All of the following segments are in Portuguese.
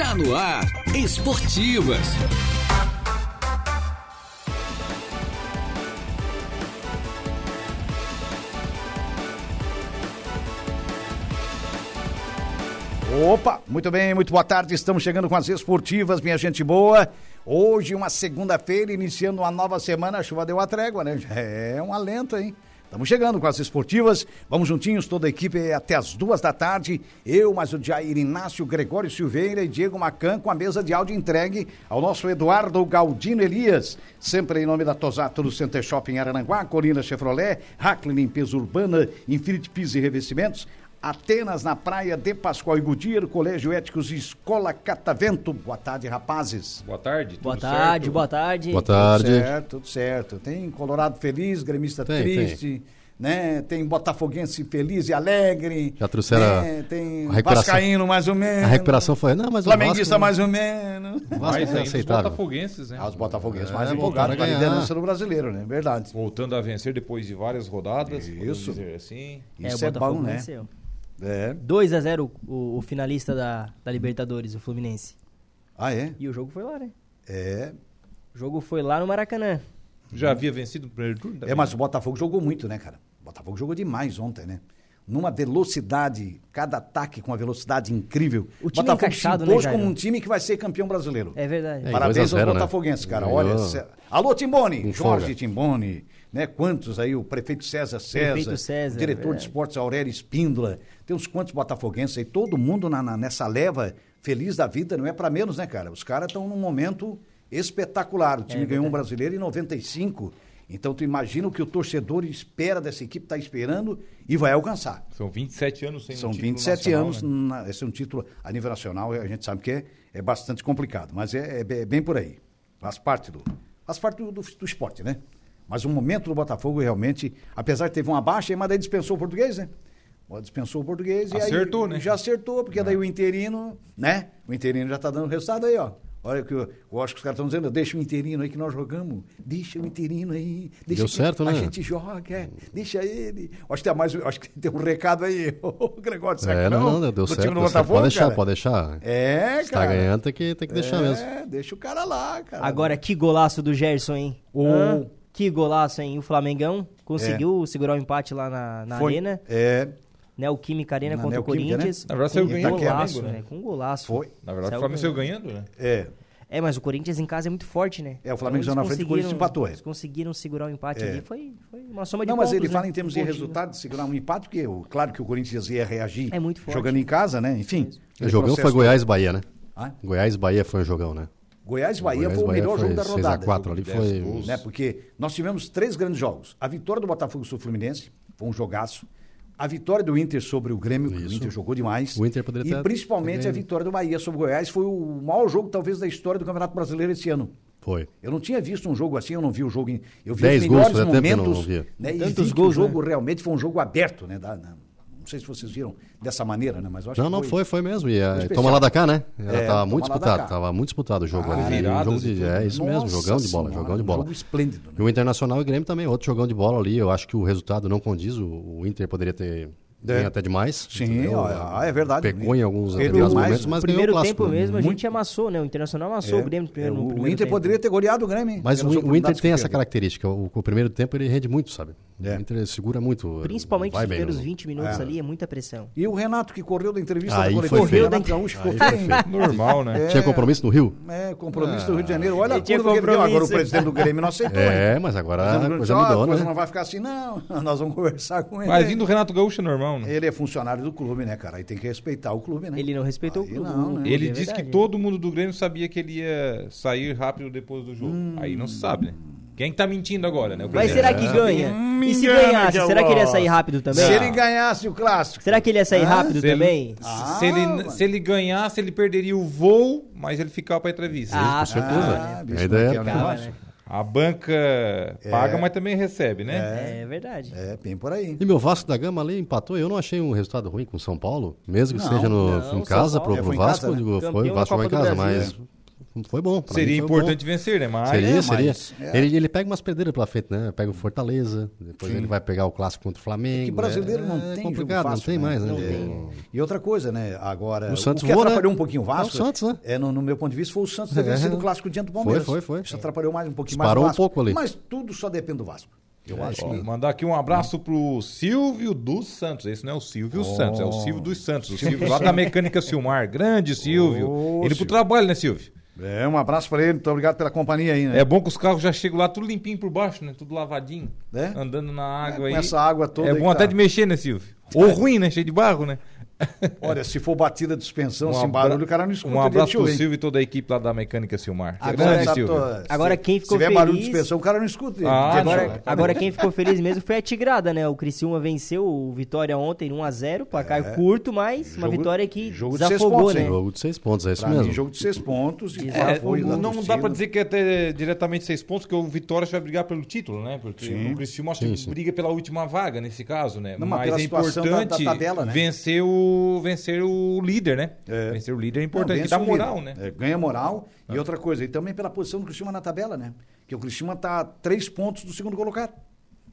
Tá no ar Esportivas. Opa, muito bem, muito boa tarde. Estamos chegando com as esportivas, minha gente boa. Hoje, uma segunda-feira, iniciando uma nova semana. A chuva deu a trégua, né? É um alento, hein? Estamos chegando com as esportivas. Vamos juntinhos, toda a equipe, até as duas da tarde. Eu, mais o Jair Inácio, Gregório Silveira e Diego Macan com a mesa de áudio entregue ao nosso Eduardo Galdino Elias. Sempre em nome da Tosato do Center Shopping Arananguá, Colina Chevrolet, Hackley Limpeza Urbana, Infinity Pis e Revestimentos. Atenas na Praia de Pascoal e Goodyear, Colégio Éticos e Escola Catavento. Boa tarde, rapazes. Boa tarde. Boa tarde, certo? boa tarde. Boa tarde. Tudo certo, tudo certo. Tem Colorado feliz, gremista Tem, triste, né? Tem botafoguense feliz e alegre. Já trouxeram né? a- Tem a recuperação. vascaíno mais ou menos. A recuperação foi. Não, mas o flamenguista Vasco, né? mais ou menos. o Vasco Mais é ainda os aceitável. botafoguenses, né? Ah, os botafoguenses mais É, empolgados com a voltaram a ganhar. liderança do brasileiro, né? Verdade. Voltando a vencer depois de várias rodadas. podemos Isso. dizer assim. Isso é, bom, né? É. 2 a 0 o, o finalista da, da Libertadores, o Fluminense. Ah, é? E o jogo foi lá, né? É. O jogo foi lá no Maracanã. Já havia vencido no primeiro turno? É, mas o Botafogo jogou muito, né, cara? O Botafogo jogou demais ontem, né? Numa velocidade, cada ataque com uma velocidade incrível. O time Botafogo encaixado, se impôs né, Jairo? como um time que vai ser campeão brasileiro. É verdade. É, Parabéns 2 a aos 0, né? botafoguenses, cara. Ganhou. Olha, cê- alô Timbone, Com Jorge folga. Timbone, né? Quantos aí, o prefeito César César, Prefeito César, é. o diretor de verdade. esportes Aurélio Espíndola, tem uns quantos botafoguenses aí, todo mundo na- na- nessa leva feliz da vida, não é pra menos, né, cara? Os caras estão num momento É espetacular. O time ganhou um brasileiro em 95. Então tu imagina o que o torcedor espera dessa equipe, tá esperando e vai alcançar. São 27 anos sem São um título 27 nacional, anos, né? na- esse é um título a nível nacional, a gente sabe que é, é bastante complicado, mas é, é be- é bem por aí. Faz parte do. Faz parte do, do, do esporte, né? Mas o momento do Botafogo realmente, apesar de teve uma baixa, mas daí dispensou o português, né? Ó, Dispensou o português e Acertou, aí, né? Já acertou, porque daí o interino, né? O interino já tá dando resultado aí, ó. Olha o que eu, eu acho que os caras estão dizendo, deixa o interino aí que nós jogamos. Deixa o interino aí. Deixa Deu que certo, a né? gente joga, é, deixa ele. Acho que, tem mais, acho que tem um recado aí, ô Gregório, será É, que não, não, Do deu certo. time do deu certo. Botafogo, Pode deixar, cara? pode deixar. É, Se tá cara. ganhando, tem que, tem que deixar é, mesmo. deixa o cara lá, cara. Agora, é que golaço do Gerson, hein? Ah. Ô. Hã? Que golaço, hein? O Flamengão conseguiu segurar o empate lá na, na É. Foi. arena, É, né? O Química Arena Na contra o Neoquímica, Corinthians. né? Na verdade, saiu com ganhando o golaço, Flamengo, né? Com golaço. Foi. Na verdade, Saiu o Flamengo saiu ganhando. ganhando, né? é. É, mas o Corinthians em casa é muito forte, né? É, o Flamengo eles saiu na frente, o Corinthians conseguiram- empatou, é. Eles conseguiram segurar o empate ali. Foi, foi uma soma de Não, mas pontos, ele né? fala em termos Um de pontinho. resultado, de segurar um empate, porque o- claro que o Corinthians ia reagir É muito forte. É jogando em casa, né? Enfim. O jogão foi Goiás e Bahia, né? Ah? Goiás e Bahia foi um jogão, né? Goiás Bahia Goiás foi o Bahia melhor foi jogo da 6 a rodada. 4 ali Dez foi- gols. né? Porque nós tivemos três grandes jogos. A vitória do Botafogo sobre o Fluminense, foi um jogaço. A vitória do Inter sobre o Grêmio, que o Isso. Inter jogou demais. O Inter poderia e ter- principalmente ter ganho. a vitória do Bahia sobre o Goiás foi o maior jogo, talvez, da história do Campeonato Brasileiro esse ano. Foi. Eu não tinha visto um jogo assim, eu não vi o jogo. Em, eu vi Dez os gols, melhores fazia tempo que eu não momentos. via. né, e Tantos vi que o gols, jogo realmente foi um jogo aberto, né? da- na- não sei se vocês viram dessa maneira, né? Mas eu acho Não, que não, foi, foi mesmo. E a, especial. toma lá da cá, né? Ela É, tava toma muito lá da cá. Ah, disputado. Tava muito disputado o jogo ali. né? Um viradas jogo e de, tudo. é isso mesmo, Nossa jogão de bola, Senhora, jogão de um bola. jogo esplêndido, né? E o Internacional e o Grêmio também, outro jogão de bola ali. Eu acho que o resultado não condiz. O, o Inter poderia ter ganho até demais. É. Sim, entendeu? ah, é verdade. Pecou em alguns Perdeu determinados mais, momentos, né? mas ganhou o primeiro clássico. tempo né? É. mesmo, a gente amassou, né? O Internacional amassou o Grêmio no é, primeiro, o, no o primeiro Inter tempo. poderia ter goleado o Grêmio. hein, Mas o, pelas o Inter oportunidades tem que essa perdeu. característica. O, o primeiro tempo ele rende muito, sabe? É. O Inter segura muito. Principalmente vai nos bem primeiros no- 20 minutos ali, é muita pressão. E o Renato que correu da entrevista Aí da foi coletiva, feio. o Renato Gaúcho ficou Aí foi feio. feio. Normal, né? É, Tinha compromisso no Rio? É, compromisso do Rio de Janeiro. Olha a Ele tinha curva que ele deu. Agora o compromisso. presidente do Grêmio não aceitou. hein? É, mas agora Presidente do a Grêmio disse, coisa ó, a mudou, coisa né? não vai ficar assim, não. Nós vamos conversar com ele. Mas vindo o Renato Gaúcho é normal, né? Ele é funcionário do clube, né, cara? Aí tem que respeitar o clube, né? Ele não respeitou Aí o clube. não, né? o clube, Ele é disse que verdade. todo mundo do Grêmio sabia que ele ia sair rápido depois do jogo. Hum. Aí não se sabe, né? Quem tá mentindo agora, né? O Mas presidente. será que ganha? Me E se engana, ganhasse, que eu será que ele ia sair gosto. rápido também? Se ele ganhasse o clássico. Será que ele ia sair Ah, rápido Se ele- também? se- Ah, se, ele, mano. se ele ganhasse, ele perderia o voo, mas ele ficava pra entrevista. Ah, com certeza. tá, né? bicho, A como ideia é- que é o Ficava, negócio? né? A banca paga, mas também recebe, né? É verdade. É, bem por aí. E meu Vasco da Gama ali empatou. Eu não achei um resultado ruim com o São Paulo, mesmo que Não, seja no, não, em São casa Paulo- pro, É, pro foi em Vasco. casa, né? digo, Campeão foi o da Vasco jogou em Copa do casa, Brasil, né? mas foi bom. pra Seria um mim foi bom. importante vencer, né? Mas Seria, é, seria. mas- é. Ele, ele pega umas pedreiras pela frente, né? Pega o Fortaleza, depois ele vai pegar o clássico contra o Flamengo. que brasileiro né? não É tem jogo complicado, não fácil, tem né? mais, né? Não É. tem. E outra coisa, né? Agora, O Santos que voa, né? atrapalhou um pouquinho o Vasco. É o Santos, né? é, no, no meu ponto de vista, foi o Santos ter É. vencido o clássico diante do Palmeiras. Foi, foi, foi. Isso atrapalhou mais um pouquinho Disparou um mais o Vasco. pouco ali. Mas tudo só depende do Vasco. Eu acho Ó, que. mandar aqui um abraço pro Silvio dos Santos. Esse não é o Silvio Santos, é o Silvio dos Santos. O Silvio lá da Mecânica Silmar. Grande Silvio. Ô, Ele pro Silvio. trabalho, né, Silvio? É, um abraço pra ele, muito obrigado pela companhia aí, né? É bom que os carros já chegam lá tudo limpinho por baixo, né? Tudo lavadinho. É? Andando na água com aí. essa água toda É aí bom que até tá. de mexer, né, Silvio? Ou ruim, né? Cheio de barro, né? Olha, se for batida de suspensão, Um sem abra- barulho, o cara não escuta Um abraço direito, pro hein? Silvio e toda a equipe lá da Mecânica Silmar. Agora, é, Grande, sabe, Silvio. tô- Agora, se- quem ficou Se tiver barulho de feliz- suspensão, o cara não escuta. Ah, direito, agora- né? Agora quem ficou feliz mesmo foi a Tigrada, né? O Criciúma venceu o Vitória ontem 1 a 0, placar curto, mas uma É. Jogo- vitória que jogo de seis desafogou, pontos, né? hein? Jogo de seis pontos, é isso Pra mim, mesmo. jogo de seis pontos. E É, já É, foi não da dá torcida. pra dizer que é até diretamente seis pontos, porque o Vitória vai brigar pelo título, né? Porque o Cristiúma acho Sim, que sim. briga pela última vaga nesse caso, né? Não, mas mas pela é situação da- da importante tabela, né? vencer, o, vencer o líder, né? É. Vencer o líder é Não, importante, vence que dá o moral, líder. né? Ah. É, ganha moral. E outra coisa, e também pela posição do Cristiúma na tabela, né? Que o Cristiúma está três pontos do segundo colocado.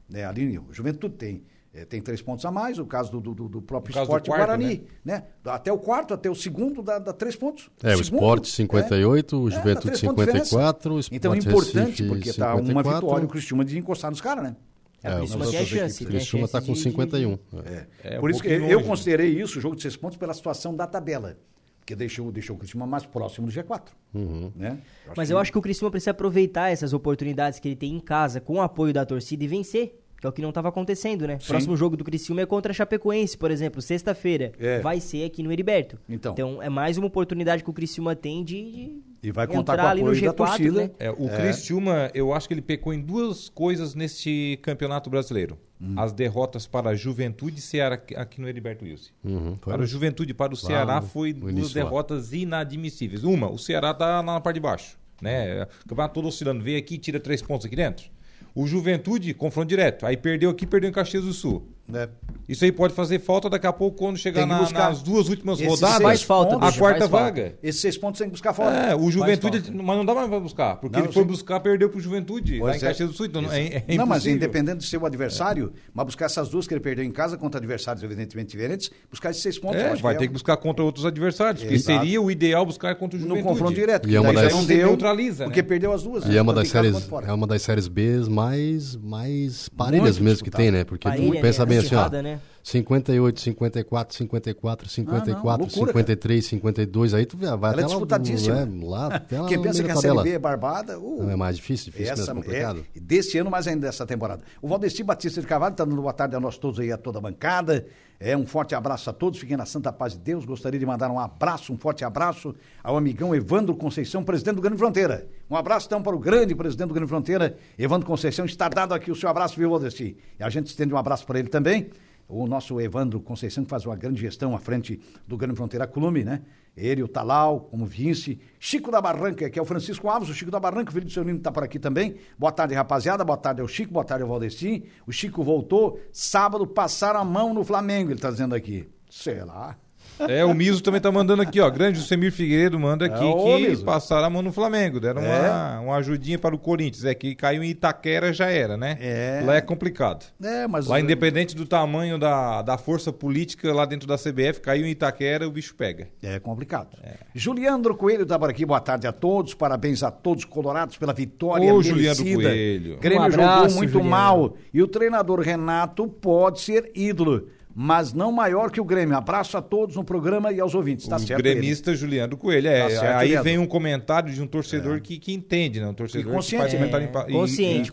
Né? Ali, o Juventude tem. é, tem três pontos a mais, o caso do, do- do- do próprio O caso do esporte quarto, Guarani, né? Até o quarto, até o segundo dá, dá três pontos. É, o segundo, Sport é. 58, o É, dá Juventude três pontos de diferença. 54, o Sport Então é importante, Recife porque tá uma 54. vitória o Cristiúma de encostar nos caras, né? É, o Criciúma mas tem a outras chance. equipes. tem a Criciúma está chance com de- 51. é. É, um Por isso que pouquinho eu longe. considerei isso, o jogo de seis pontos, pela situação da tabela. Porque deixou, deixou o Cristiúma mais próximo do G4. Uhum. Né? Mas eu acho que o Criciúma precisa aproveitar essas oportunidades que ele tem em casa com o apoio da torcida e vencer. Que é o que não estava acontecendo, né? O Próximo jogo do Criciúma é contra a Chapecoense, por exemplo, sexta-feira. É. Vai ser aqui no Heriberto. Então. é mais uma oportunidade que o Criciúma tem de, de E vai contar entrar com o ali no apoio da G4, torcida. né? É, o Cristiúma, eu acho que ele pecou em duas coisas neste campeonato brasileiro. As derrotas para a Juventude e Ceará aqui no Heriberto Wilson. Uhum, foi. Para o Juventude e para o Ceará foi no duas início lá. derrotas inadmissíveis. Uma, o Ceará está na parte de baixo. Né? O campeonato todo oscilando. Veio aqui e tira três pontos aqui dentro. O Juventude, confronto direto. Aí perdeu aqui, perdeu em Caxias do Sul. Né? Isso aí pode fazer falta daqui a pouco quando chegar Tem que na- buscar. nas duas últimas Esses rodadas. seis falta, a bicho, quarta faz falta. vaga. Esses seis pontos tem que buscar fora. É, o Juventude, falta. mas não dá mais pra buscar, porque Não, ele foi sim. buscar, perdeu pro Juventude, lá Pois em é. Caxias do Sul, então não, é, é não, mas impossível. independente do seu adversário, mas buscar essas duas que ele perdeu em casa contra adversários evidentemente diferentes, buscar esses seis pontos. eu É, acho vai que um ter que buscar contra outros adversários, porque Exato. seria o ideal buscar contra o no Juventude. confronto direto. E é uma Daí das- não deu, neutraliza, né? porque perdeu as duas. E é uma, tanto das em casa séries, quanto Tá fora. é uma das séries B mais, mais parelhas Muito é. mesmo que disputada. tem, né? Porque Parelha, tu pensa né? bem assim, ó, Acirrada, né? 58, 54, 54, 54, Ah, não, loucura, 53, 52, aí tu vê, vai Ela é até lá, disputadíssima. é, lá até lá Porque no pensa meio que da a série tabela. B é barbada. uh, Não é mais difícil, difícil essa mesmo, complicado. é desse ano, mas ainda dessa temporada. O Valdeci Batista de Carvalho está dando boa tarde a nós todos aí, a toda a bancada. É um forte abraço a todos, fiquem na santa paz de Deus. Gostaria de mandar um abraço, um forte abraço ao amigão Evandro Conceição, presidente do Grande Fronteira. Um abraço então para o grande presidente do Grande Fronteira, Evandro Conceição. Está dado aqui o seu abraço, viu, Valdeci? E a gente estende um abraço para ele também. O nosso Evandro Conceição, que faz uma grande gestão à frente do Grande Fronteira Clube, né? Ele, o Talau, como vice. Chico da Barranca, que é o Francisco Alves, o Chico da Barranca, o filho do seu Nino está por aqui também. Boa tarde, rapaziada. Boa tarde ao Chico, boa tarde ao Valdeci. O Chico voltou. Sábado passaram a mão no Flamengo, ele está dizendo aqui. Sei lá. É, o Miso também tá mandando aqui, ó. Grande Semir Figueiredo manda aqui É, ô, que Miso. É. passaram a mão no Flamengo. Deram uma, uma ajudinha para o Corinthians. É que caiu em Itaquera já era, né? É. Lá é complicado. É, mas. Lá, independente do tamanho da, da força política lá dentro da CBF, caiu em Itaquera, o bicho pega. É complicado. Juliandro Coelho está por aqui. Boa tarde a todos. Parabéns a todos os colorados pela vitória. Ô, merecida. Juliandro Coelho. Grêmio Um abraço, jogou muito Juliandro. mal. E o treinador Renato pode ser ídolo, mas não maior que o Grêmio. Abraço a todos no programa e aos ouvintes. Tá o certo? ele. gremista Juliano Coelho. É, Tá certo, aí Leandro. vem um comentário de um torcedor que, que entende, né? Um torcedor E que faz É. consciente, comentário né? impa- e- Consciente, e consciente.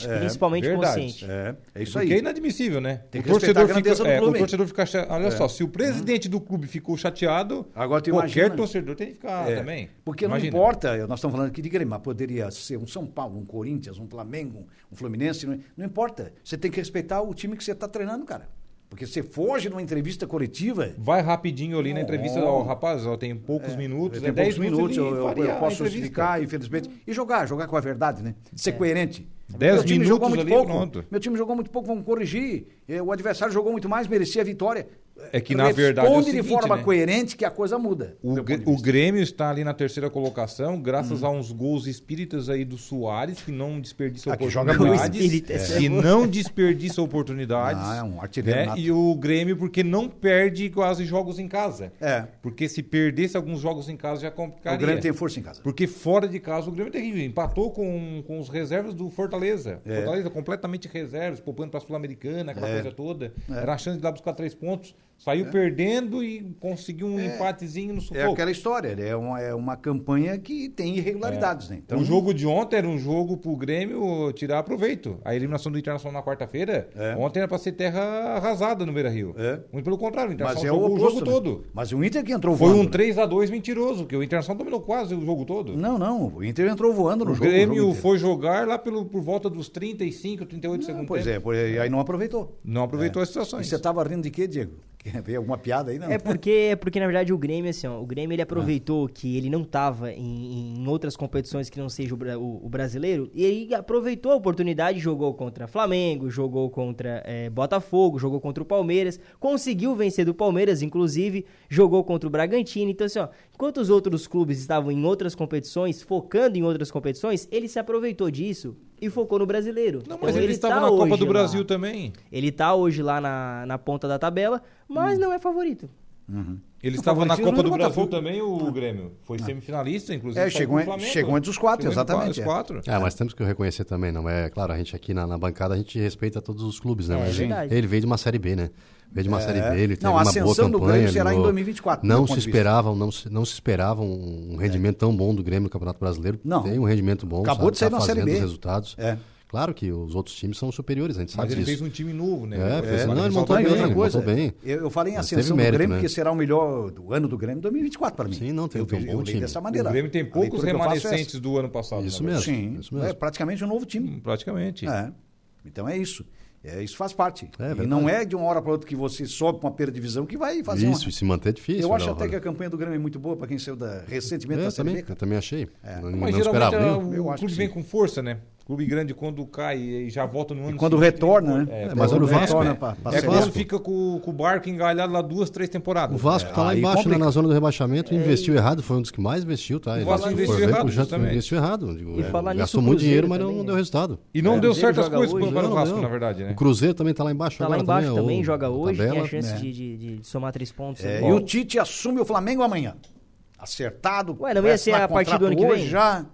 consciente. É. Principalmente Verdade. consciente. É, é isso Porque é aí. inadmissível, né? Tem que respeitar a grandeza fica, do é, clube. É. o torcedor fica cha- Olha só, se o presidente do clube ficou chateado, Agora tu qualquer imagina. torcedor tem que ficar É, também. Porque Imagina. não importa, nós estamos falando aqui de Grêmio, mas poderia ser um São Paulo, um Corinthians, um Flamengo, um Fluminense, não, não importa. Você tem que respeitar o time que você está treinando, cara. Porque você foge numa entrevista coletiva. Vai rapidinho ali na Não. entrevista, ó, rapaz, ó, tem poucos minutos, Tem é 10 poucos minutos, eu, ali, eu- varia eu a posso entrevista. É. justificar, infelizmente. E jogar, jogar com a verdade, né? Ser coerente. Dez Meu time jogou minutos muito ali, pouco. pronto. Meu time jogou muito pouco, vamos corrigir. Eh, O adversário jogou muito mais, merecia a vitória. É que, na verdade, é o Responde de seguinte, forma né? coerente que a coisa muda. do O, meu Gr- ponto de o vista. Hum. Grêmio está ali na terceira colocação, graças a uns gols espíritas aí do Soares, que não desperdiça Ah, que joga muito. Espírita, oportunidades. essa é Que boa. não desperdiça oportunidades. né? Ah, é um artilheiro nato. E o Grêmio, porque não perde quase jogos em casa. É. Porque se perdesse alguns jogos em casa já complicaria. o Grêmio tem força em casa. Porque fora de casa o Grêmio é terrível. Empatou com, com os reservas do Fortaleza. É. Fortaleza completamente reservas, poupando para a Sul-Americana, aquela coisa toda. É. Era a chance de lá buscar três pontos. Saiu perdendo e conseguiu um empatezinho no É sufoco. aquela história, né? é, uma, é uma campanha que tem irregularidades, né? Então, O jogo de ontem era um jogo pro Grêmio tirar proveito. A eliminação do Internacional na quarta-feira, ontem era pra ser terra arrasada no Beira-Rio. É. Muito pelo contrário, o mas é Internacional o jogou o, oposto. jogo né? todo. Mas o Inter que entrou Foi voando. um né? 3 a 2 mentiroso, porque o Internacional dominou quase o jogo todo. Não, não, o Inter entrou voando no o jogo. Grêmio jogo inteiro. foi jogar lá pelo, por volta dos 35, 38 segundos. Pois é, pois é, aí não aproveitou. Não aproveitou as E situações. você tava rindo de quê, Diego? Quer ver alguma piada aí? Não. É porque, é porque, na verdade, o Grêmio, assim, ó, o Grêmio ele Ah. aproveitou que ele não estava em, em outras competições que não seja o, bra- o- o brasileiro, e ele aproveitou a oportunidade, jogou contra Flamengo, jogou contra eh, Botafogo, jogou contra o Palmeiras, conseguiu vencer do Palmeiras, inclusive, jogou contra o Bragantino. Então, assim, ó, enquanto os outros clubes estavam em outras competições, focando em outras competições, ele se aproveitou disso e focou no brasileiro. Não, Então, mas ele, estava tá na Copa hoje do lá. Brasil também. Ele tá hoje lá na, na ponta da tabela, Hum. mas não é favorito. Ele O estava na favoritismo Copa do do Brasil Botafogo. também, o Grêmio. Foi semifinalista, inclusive. É, saiu chegou com o en- Flamengo. chegou entre os quatro, Chegou entre exatamente, é. Os quatro. É, mas temos que reconhecer também, não é? Claro, a gente aqui na, na bancada, a gente respeita todos os clubes, né? É, Mas sim. verdade. ele veio de uma Série B, né? Veio de uma Série B, ele teve É. Não, a uma boa ascensão do campanha. Grêmio será em virou- 2024, do meu Não ponto se de vista. esperavam, não se, não se esperava um um rendimento tão bom do Grêmio no Campeonato Brasileiro. Não. Tem um rendimento bom, Acabou sabe? de sair tá na Série fazendo B. os resultados. É. Claro que os outros times são superiores, a gente sabe Mas ele disso. fez um time novo, né? É, fez- vale não, ressaltar ele montou Não, e bem, isso. outra coisa, montou bem. Eu, eu falei em Mas ascensão teve mérito, do Grêmio, né? que será o melhor do ano do Grêmio 2024 para mim. Sim, não, tem- eu, tem um vi- bom eu leio time. dessa maneira. O Grêmio tem A poucos leitura que eu faço é essa. remanescentes do ano passado. Isso na mesmo. Sim, Isso mesmo. é praticamente um novo time. verdade. Praticamente. É. Então é isso. É, isso faz parte. É e verdade. não é de uma hora para outra que você sobe com uma perda de visão que vai fazer Isso, uma... e se manter é difícil. Eu né, acho até Roger? que a campanha do Grêmio é muito boa para quem saiu da recentemente É, da eu Série também, B. eu também achei. Não, não Mas geralmente esperava. é, nenhum. Eu o acho clube que vem sim. com força, né? Clube grande quando cai e já volta no ano. Quando seguinte, retorna, né? É, mas quando o Vasco, retorna é. para É Série quando B. fica com, com o barco engalhado lá duas, três temporadas. O Vasco É, tá lá aí embaixo, né, complica. na zona do rebaixamento, investiu errado, foi um dos que mais investiu, tá? Ele Vasco foi investiu bem errado, pujante, justamente. investiu errado. digo, E é, falar nisso, gastou o muito dinheiro, Cruzeiro mas também, não né? deu resultado. E não É, deu ele certas joga coisas para hoje, o Não, Vasco, não. na verdade, né? O Cruzeiro também tá lá embaixo Tá lá agora embaixo é o- também, joga a hoje, tem tabela. a chance né? de, de- de somar três pontos. É, né? e o Tite assume o Flamengo amanhã. Acertado. Ué, não ia parece ser que tá a partir contrato do ano que vem? hoje já.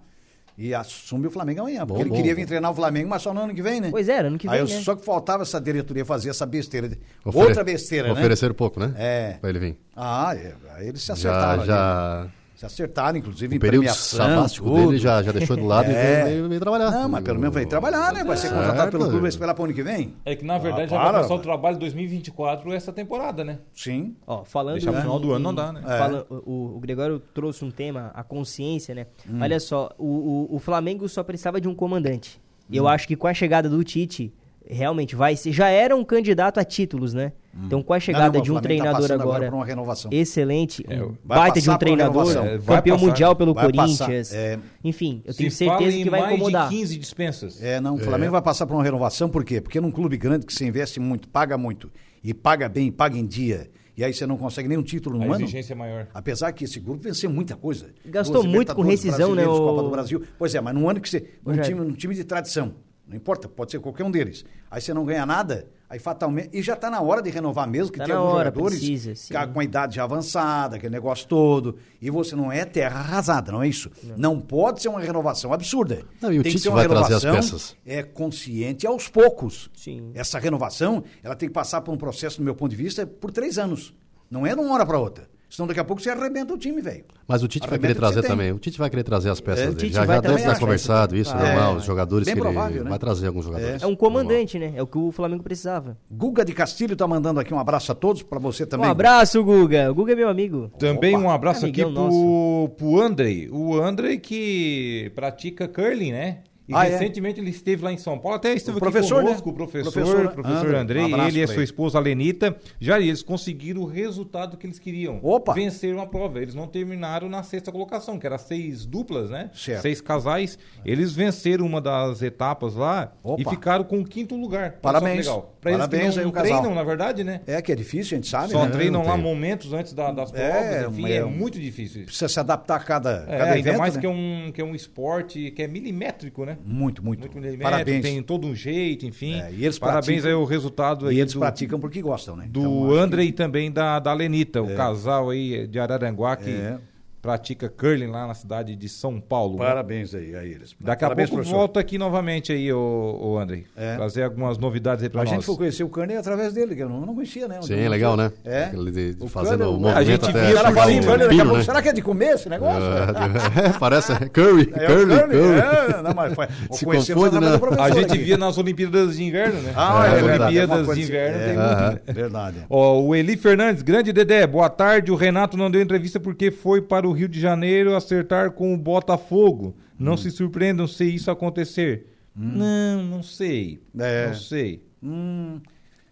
E assume o Flamengo amanhã. Porque Bom, ele bom, queria bom. vir treinar o Flamengo, mas só no ano que vem, né? Pois é, ano que Aí vem, eu- né? só que faltava essa diretoria fazer essa besteira. de- Ofere- Outra besteira, né? Ofereceram pouco, né? É. Pra ele vir. Ah, é. Aí eles se Já, acertaram. ali. já... Se acertaram, inclusive, O em período premiação. sabático tudo. dele já, já deixou de É. lado e veio, veio, veio trabalhar. Não, mas pelo menos vai trabalhar, né? Vai ser Certo. contratado pelo clube, vai esperar para o ano que vem? É Ah, que, na verdade, já para, vai começar o mano. trabalho 2024 essa temporada, né? Sim. Ó, falando Deixar pro em- final do ano em- não dá, né? fala- o, o Gregório trouxe um tema, a consciência, né? Olha só, o, o, o Flamengo só precisava de um comandante. E Eu acho que com a chegada do Tite, realmente vai ser. Já era um candidato a títulos, né? Então, com a chegada Não, não, o de um Flamengo tá treinador passando agora. por uma renovação. Excelente, um vai baita de passar um por treinador, renovação. É, vai campeão passar, mundial pelo vai passar, Corinthians. é. Enfim, eu tenho Se fala certeza em que vai mais incomodar. de 15 dispensas. É, não, o Flamengo vai passar por uma renovação, por quê? Porque num clube grande que você investe muito, paga muito, e paga bem, paga em dia, e aí você não consegue nenhum título A no ano. exigência é maior. Né? Apesar que esse grupo venceu muita coisa. Gastou Duas muito com Libertadores, rescisão, né, Brasileiros, o- é. Copa do Brasil. Pois é, mas num ano que você. Num Rogério. time, num time de tradição. Não importa, pode ser qualquer um deles. Aí você não ganha nada, aí fatalmente. E já está na hora de renovar mesmo, que Tá tem na alguns hora, jogadores precisa, que tá sim. com a idade já avançada, aquele negócio todo. E você não é terra arrasada, não é isso? Não, pode ser uma renovação absurda. Não, e o tem que Tite ser uma vai trazer as renovação peças. é consciente aos poucos. Sim. Essa renovação, ela tem que passar por um processo, do meu ponto de vista, por três anos. Não é de uma hora para outra. Senão daqui a pouco você arrebenta o time, velho. Mas o Tite vai Arrebenta querer o que você trazer tem. também. O Tite vai querer trazer as peças É, o dele. Tite Já, vai já deve trazer estar as peças. conversado isso, Vai. normal. É. Os jogadores Bem que ele provável, né? vai trazer alguns jogadores. É um comandante, né? É o que o Flamengo precisava. Guga de Castilho tá mandando aqui um abraço a todos, para você Tá também. Um abraço, Guga. O Guga é meu amigo. Também Opa, É um abraço aqui amigão pro, pro Andrei. O Andrei que pratica curling, né? E E Ah, é? recentemente ele esteve lá em São Paulo, até O esteve aqui professor, né? conosco, o professor, Professor, professor, né? André, um Andrei, abraço ele e a pra ele. sua esposa Lenita, já eles conseguiram o resultado que eles queriam. Opa! Venceram a prova. Eles não terminaram na sexta colocação, que era seis duplas, né? Certo. Seis casais. Eles venceram uma das etapas lá Opa! e ficaram com o quinto lugar. Olha só que Parabéns. Legal. Pra eles Parabéns que não, aí, o não casal. treinam, na verdade, né? É que é difícil, a gente sabe, Só né? treinam não lá tem. momentos antes da- das provas, É, enfim, mas é é um- muito difícil isso. Precisa se adaptar a cada, É, cada ainda evento, mais né? que, é um, que é um esporte que é milimétrico, né? Muito, muito. Muito milimétrico, Parabéns. tem todo um jeito, enfim. É, e eles Parabéns praticam- aí o resultado aí E eles do, praticam porque gostam, né? do Então, acho André e também da, da Lenita, o casal aí de Araranguá que É. pratica curling lá na cidade de São Paulo. né? que- Parabéns aí a eles. Daqui Parabéns, a pouco professor. volta aqui novamente aí, o, André. É. Trazer algumas novidades aí pra A nós. gente foi conhecer o Kanye através dele, que eu não, não conhecia, né? Sim, é legal, né? É. Ele de- de O fazendo Kanye, o a movimento gente até via por chegar cima, né? ao Daqui a pino, pouco, né? Será que é de comer esse negócio? É, parece curry, É o curly, Kanye, curly. é, não, mas foi- Se conhecemos confunde, através né? do professor A gente aqui. via nas Olimpíadas de Inverno, né? Ah, É é, As verdade. Alguma Olimpíadas coisa de assim. Inverno tem É, muito, né? Verdade. Ó, o Eli Fernandes, grande Dedé, boa tarde. O Renato não deu entrevista porque foi para o Rio de Janeiro acertar com o Botafogo. Não se surpreendam se isso acontecer. Não, não sei. É. Não sei.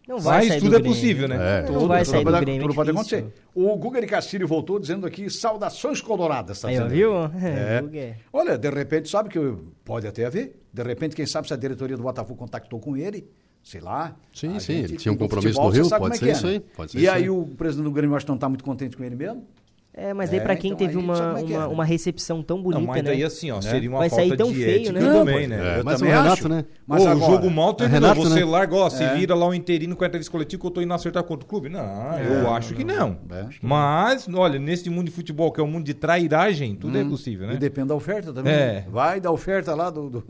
Não vai Mas sair tudo do é Grêmio. possível, né? É. Não vai Tudo sair do pode- Grêmio, tudo é pode difícil. acontecer. O Guga de Castilho voltou dizendo aqui saudações coloradas. tá Aí, ó, dizendo viu? aqui. É, É. Guga é. Olha, de repente, sabe que eu- pode até haver. De repente, quem sabe se a diretoria do Botafogo contactou com ele, sei lá. Sim, A sim, ele tinha um do compromisso futebol, no você Rio, sabe como é pode ser que é, isso né? aí, pode ser E isso aí aí. o presidente do Grêmio, acho que não está muito contente com ele mesmo. É, mas daí É, pra quem então teve aí, sabe uma, como é que é, uma, né? uma recepção tão Não, bonita, mas né? daí assim, ó, seria uma Vai sair falta tão de feio, ética né? Não, também, pois né? Eu É, mas o também Renato, acho. né? Mas Pô, agora- o jogo mal terminou, Renato, você né? larga, ó, se vira lá o interino com a entrevista coletiva que eu tô indo acertar contra o clube? Não, eu acho que não. É. Mas, olha, nesse mundo de futebol, que é um mundo de trairagem, tudo é possível, né? E depende da oferta também. É. né? Vai da oferta lá do. do-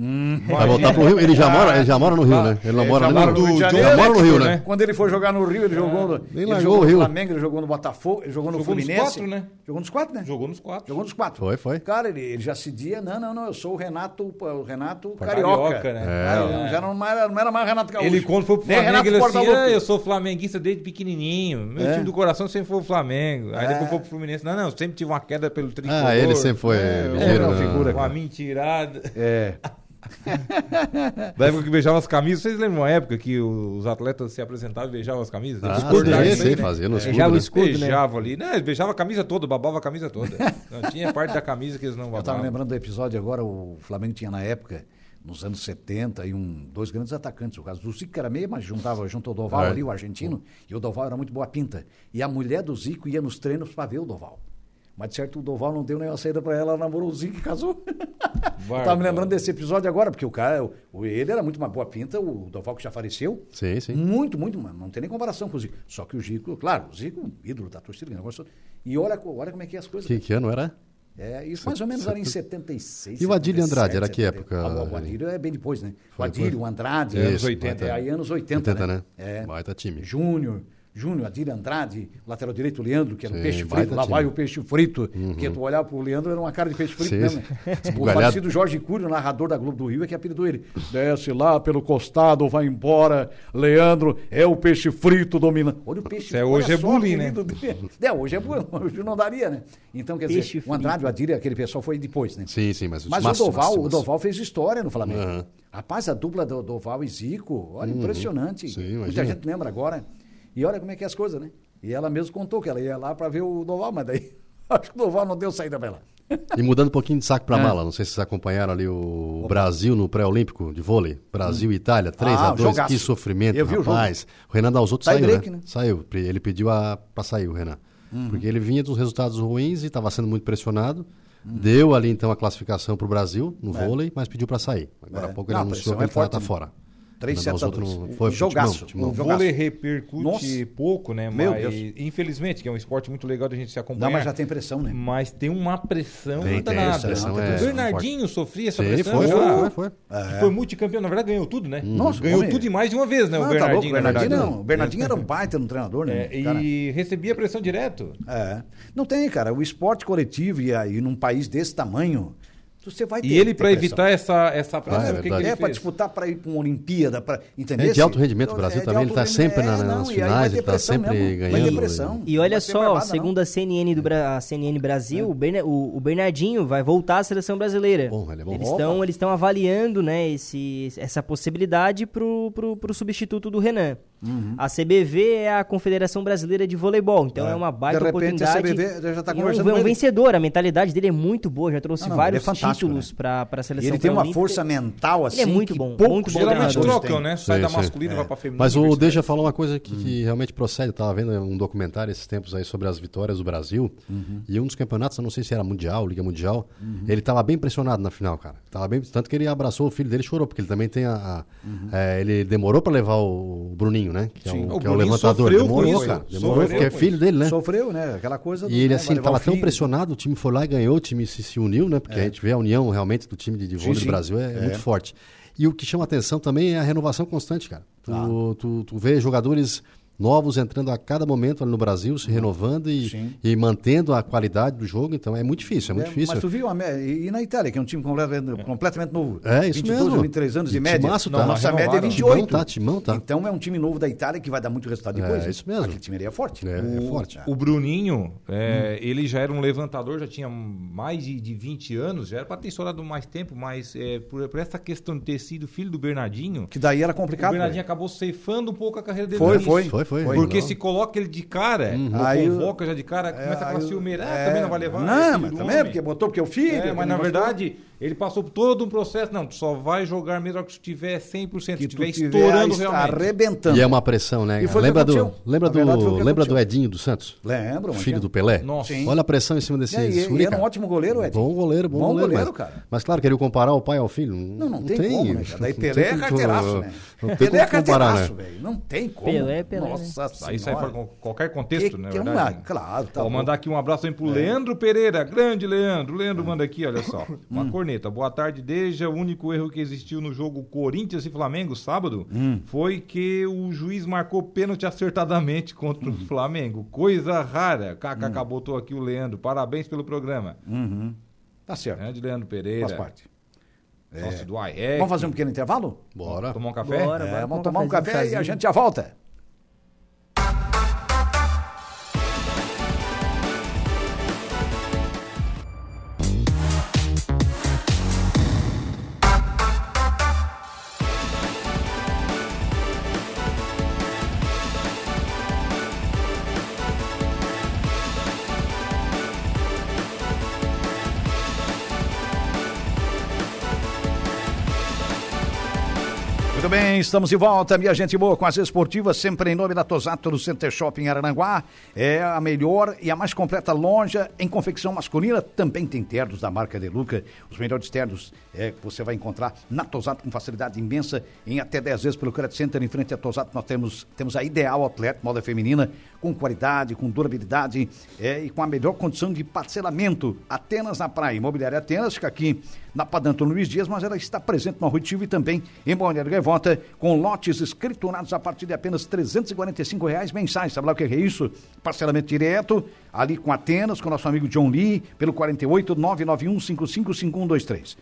Hum. Vai voltar pro Rio. Ele já mora, ele já mora no Rio, né? Ele não É, mora já nem mora no no Rio de Ele Janeiro, já mora no Rio, né? né? Quando ele foi jogar no Rio, ele jogou no. Ele, largou jogou o no Rio. Flamengo, ele jogou no Botafogo, ele jogou no É. Jogou nos Fluminense. quatro, né? Jogou nos quatro, né? Jogou nos quatro. Jogou nos quatro. Foi, foi. Cara, ele, ele já se dia, não, não, não, eu sou o Renato, o Renato Carioca. Carioca, né? Cara, ele não- Já não era, não era mais Renato É Gaúcho. Ele quando foi pro Nem Né, Flamengo, ele Renato assim, Portaluppi. ah, eu sou flamenguista desde pequenininho, meu É. time do coração sempre foi o Flamengo. Aí depois foi pro Fluminense, não, não, eu sempre tive uma queda pelo tricolor. É, Ah, ele sempre foi ligeiro, uma né? figura, Uma mentirada. É. Da época que beijava as camisas, vocês lembram uma época que os atletas se apresentavam e beijavam as camisas? Tem Ah, uns cordados sim, aí, sim, né? fazia nos Beijava o clubes, né? escudo, né? Beijava ali, né? Beijava a camisa toda, babava a camisa toda. Não tinha parte da camisa que eles não Eu estava babavam. lembrando do episódio agora, o Flamengo tinha na época, nos anos 70, e um, dois grandes atacantes. O caso do Zico que era meio, mas juntava junto ao Doval É. ali, o argentino, e o Doval era muito boa pinta. E a mulher do Zico ia nos treinos para ver o Doval. Mas de certo o Doval não deu nenhuma saída para ela, ela namorou o Zico e casou. Eu tava me lembrando desse episódio agora, porque o cara, o- o- ele era muito uma boa pinta, o Doval que já faleceu. Sim, sim. Muito, muito, mas não tem nem comparação com o Zico. Só que o Zico, claro, o Zico, um ídolo da torcida, que negócio todo. E olha, co- olha como é que é as coisas. Que, que ano era? É, isso mais ou menos era em 76. E o Adílio 77, Andrade, era que 78. época, Ah, o- o Adílio? Adílio é bem depois, né? O Foi Adílio, depois? o Andrade. Isso, anos 80. É, aí anos 80, 80, né? né? É. Baita time. Júnior, Júnior, Adílio Andrade, lateral direito, o Leandro, que era o Sim, peixe baita frito. Lá time. Uhum. vai o peixe frito. Porque tu olhava pro Leandro, era uma cara de peixe frito Sim, mesmo. né? sim. O Esbugalhado. falecido Jorge Curio, narrador da Globo do Rio, é que apelidou ele. Desce lá pelo costado, vai embora. Leandro é o peixe frito dominando. Olha o peixe É, hoje olha é só o bullying, né? apelido dele. É, hoje é bullying, hoje não daria, né? Então, quer dizer, Peixe o Andrade, o Adílio, aquele pessoal foi depois, né? Sim, sim, mas, Mas massa, o Doval, massa, o massa. Doval fez história no Flamengo. Aham. Uhum. Rapaz, a dupla do Doval e Zico, olha, impressionante. Sim, Muita imagina. gente lembra agora. E olha como é que é as coisas, né? E ela mesmo contou que ela ia lá pra ver o Doval, mas daí acho que o Doval não deu saída pra ela. E mudando um pouquinho de saco É. pra mala, não sei se vocês acompanharam ali o Brasil no pré-olímpico de vôlei. Brasil e Itália, 3 Ah, a 2 jogaço. que sofrimento, Eu vi o jogo. rapaz. O Renan Dalzotto Tie saiu, break, né? né? Uhum. Saiu, Pre- ele pediu a, pra sair o Renan. Porque ele vinha dos resultados ruins e estava sendo muito pressionado. Deu ali então a classificação pro Brasil no vôlei, mas pediu pra sair. Agora É. há pouco ele Não, a pressão anunciou é que ele tá, forte, tá né? fora. 3 Renan sets a Dalzotto 2. não- tipo, foi, foi Jogaço. um timão, O timão. Jogaço. vôlei repercute Nossa. pouco, né? Meu mas, Deus. infelizmente, que é um esporte muito legal de a gente se acompanhar. Não, mas já tem pressão, né? Mas tem uma pressão Tem, tem, danada. essa pressão é forte. o Bernardinho sofria essa Sim, pressão. foi, sei lá. foi, foi, foi. Que foi multicampeão, na verdade ganhou tudo, né? Nossa, ganhou homem. tudo e mais de uma vez, né? Não, tá o louco, Bernardinho, o na Bernardinho verdade. não. O Bernardinho era um baita no treinador, né? É, Cara, e recebia pressão direto. É. Não tem, cara. O esporte coletivo e aí num país desse tamanho Você vai ter E ele, ter para pressão. evitar essa, essa Ah, é pressão, o que, que verdade. ele É, para fez? disputar para ir para uma Olimpíada, para entender? É de alto rendimento, o Então, Brasil também, ele tá sempre na- É, nas finais, ele tá sempre Vai ter ganhando. pressão. E Não olha vai ser só, barbada, não. É. segundo a CNN, do Bra- a CNN Brasil, o, Berna- o- o Bernardinho vai voltar à seleção brasileira. Bom, ele é bom. Eles Opa. estão eles estão avaliando né, esse, essa possibilidade pro, pro, pro substituto do Renan. Uhum. A CBV é a Confederação Brasileira de Voleibol, então é, uma baita De repente, a oportunidade. CBV já tá E conversando é um, com é um ele. vencedor, a mentalidade dele é muito boa, já Não, trouxe não, ele é vários fantástico, títulos para para a E seleção ele tem uma pré-olímpica. força mental assim. é muito que bom, poucos muito bom jogadores Geralmente treinador. têm. trocam, né? Sai Sim, da sim. Hum. masculina e É. vai pra feminina. É. Mas o vice-versa. Deja falou uma coisa que, que realmente procede. Eu tava vendo um documentário esses tempos aí sobre as vitórias do Brasil. E um dos campeonatos, eu não sei se era Mundial, Liga Mundial, ele tava bem pressionado na final, cara. Tava bem, tanto que ele abraçou o filho dele e chorou, porque ele também tem a. a- é, ele demorou pra levar o Bruninho, né? Que é Sim. o, O que é o Bruninho levantador. sofreu com Demorou, isso. cara. Demorou, Sofreu porque é com filho dele, né? Sofreu, né? Aquela coisa. do- E ele, né, assim, vai ele tava levar o tão filho. É. pressionado, o time foi lá e ganhou, o time se, se uniu, né? Porque a gente vê a união realmente do time de, de vôlei sim. do Brasil é, é muito forte. E o que chama atenção também é a renovação constante, cara. Tu, Tá. tu, tu vê jogadores novos entrando a cada momento ali no Brasil, Uhum. se renovando e, e mantendo a qualidade do jogo, então é muito difícil, é muito É, difícil. Mas tu viu, a Amé- e e na Itália, que é um time completamente, completamente novo. É, isso 22 mesmo. ou 23 anos de E média. timaço, Não, tá? Nossa média é Renovaram. 28. Timão tá, timão tá. Então é um time novo da Itália que vai dar muito resultado É, depois. né? isso mesmo. Aquele time ali é forte. É, é forte. O Bruninho, Hum. é, ele já era um levantador, já tinha mais de, de 20 anos, já era pra ter estourado mais tempo, mas é, por, por essa questão de ter sido filho do Bernardinho, Que daí era o complicado. Bernardinho né? acabou ceifando um pouco a carreira dele. Foi, no início. foi. Uhum. Foi, foi. Porque Não. se coloca ele de cara, ou Aí o- convoca já de cara, começa com a aí o- ciumeira, ah, é, também não vai levar. é filho Não, mas do também, homem. porque botou porque é o filho. É, porque mas na não verdade, ele passou por todo um processo. Não, tu só vai jogar mesmo que se tiver 100%, gostou. se que tu tiver tiver estourando est- realmente. Arrebentando. E é uma pressão, né? E foi o que Lembra do, aconteceu. lembra Na verdade, foi o do, que lembra do aconteceu. Edinho dos Santos? Lembra, mas Filho é- do Pelé? Nossa. Sim. Olha a pressão em cima desse E aí, desse ele guri, era um cara. ótimo goleiro, Edinho. Bom goleiro, bom, Bom goleiro. goleiro, mas, cara. mas claro, queria comparar o pai ao filho? Não, não tem, como, né? cara? Daí Não Pelé tem é como- carteiraço, né? Não tem Pelé é como comparar, né? carteiraço, velho. Não tem como. Pelé é Pelé, Nossa né? Aí sai fora senhora. com qualquer contexto, Que- né? que é uma- verdade? claro, tá Vou bom. É. mandar aqui um abraço também pro Leandro Pereira. Grande Leandro. Leandro manda aqui, olha só. Uma Hum. corneta. Boa tarde, Deja. O único erro que existiu no jogo Corinthians e Flamengo sábado Hum. foi que o juiz marcou pênalti acertadamente contra Hum. o Flamengo. Coisa rara. Kaká botou aqui o Leandro. Parabéns pelo programa. Uhum. Tá certo. Grande Leandro Pereira. Faz parte. É. Nosso do AEC. Vamos fazer um pequeno intervalo? Bora. Tomar um café? Bora. É, vamos vamos tomar um fazer um café e a cafezinho. gente já volta. Muito bem, estamos de volta, minha gente boa, com as esportivas, sempre em nome da Tosato do Center Shopping em Arananguá. É a melhor e a mais completa loja em confecção masculina. Também tem ternos da marca Deluca. Os melhores ternos é, que você vai encontrar na Tosato com facilidade imensa, em até 10 vezes pelo Credit Center. Em frente à Tosato, nós temos, temos a ideal atleta, moda feminina, com qualidade, com durabilidade é, e com a melhor condição de parcelamento. Atenas na Praia, Imobiliária Atenas, fica aqui na Padanto Luiz Dias, mas ela está presente no Arrutivo e também em Balneário Gaivota, com lotes escriturados a partir de apenas R$ 345 reais mensais. Sabe lá o que é isso? Parcelamento direto, ali com Atenas, com nosso amigo John Lee, pelo 48991555123.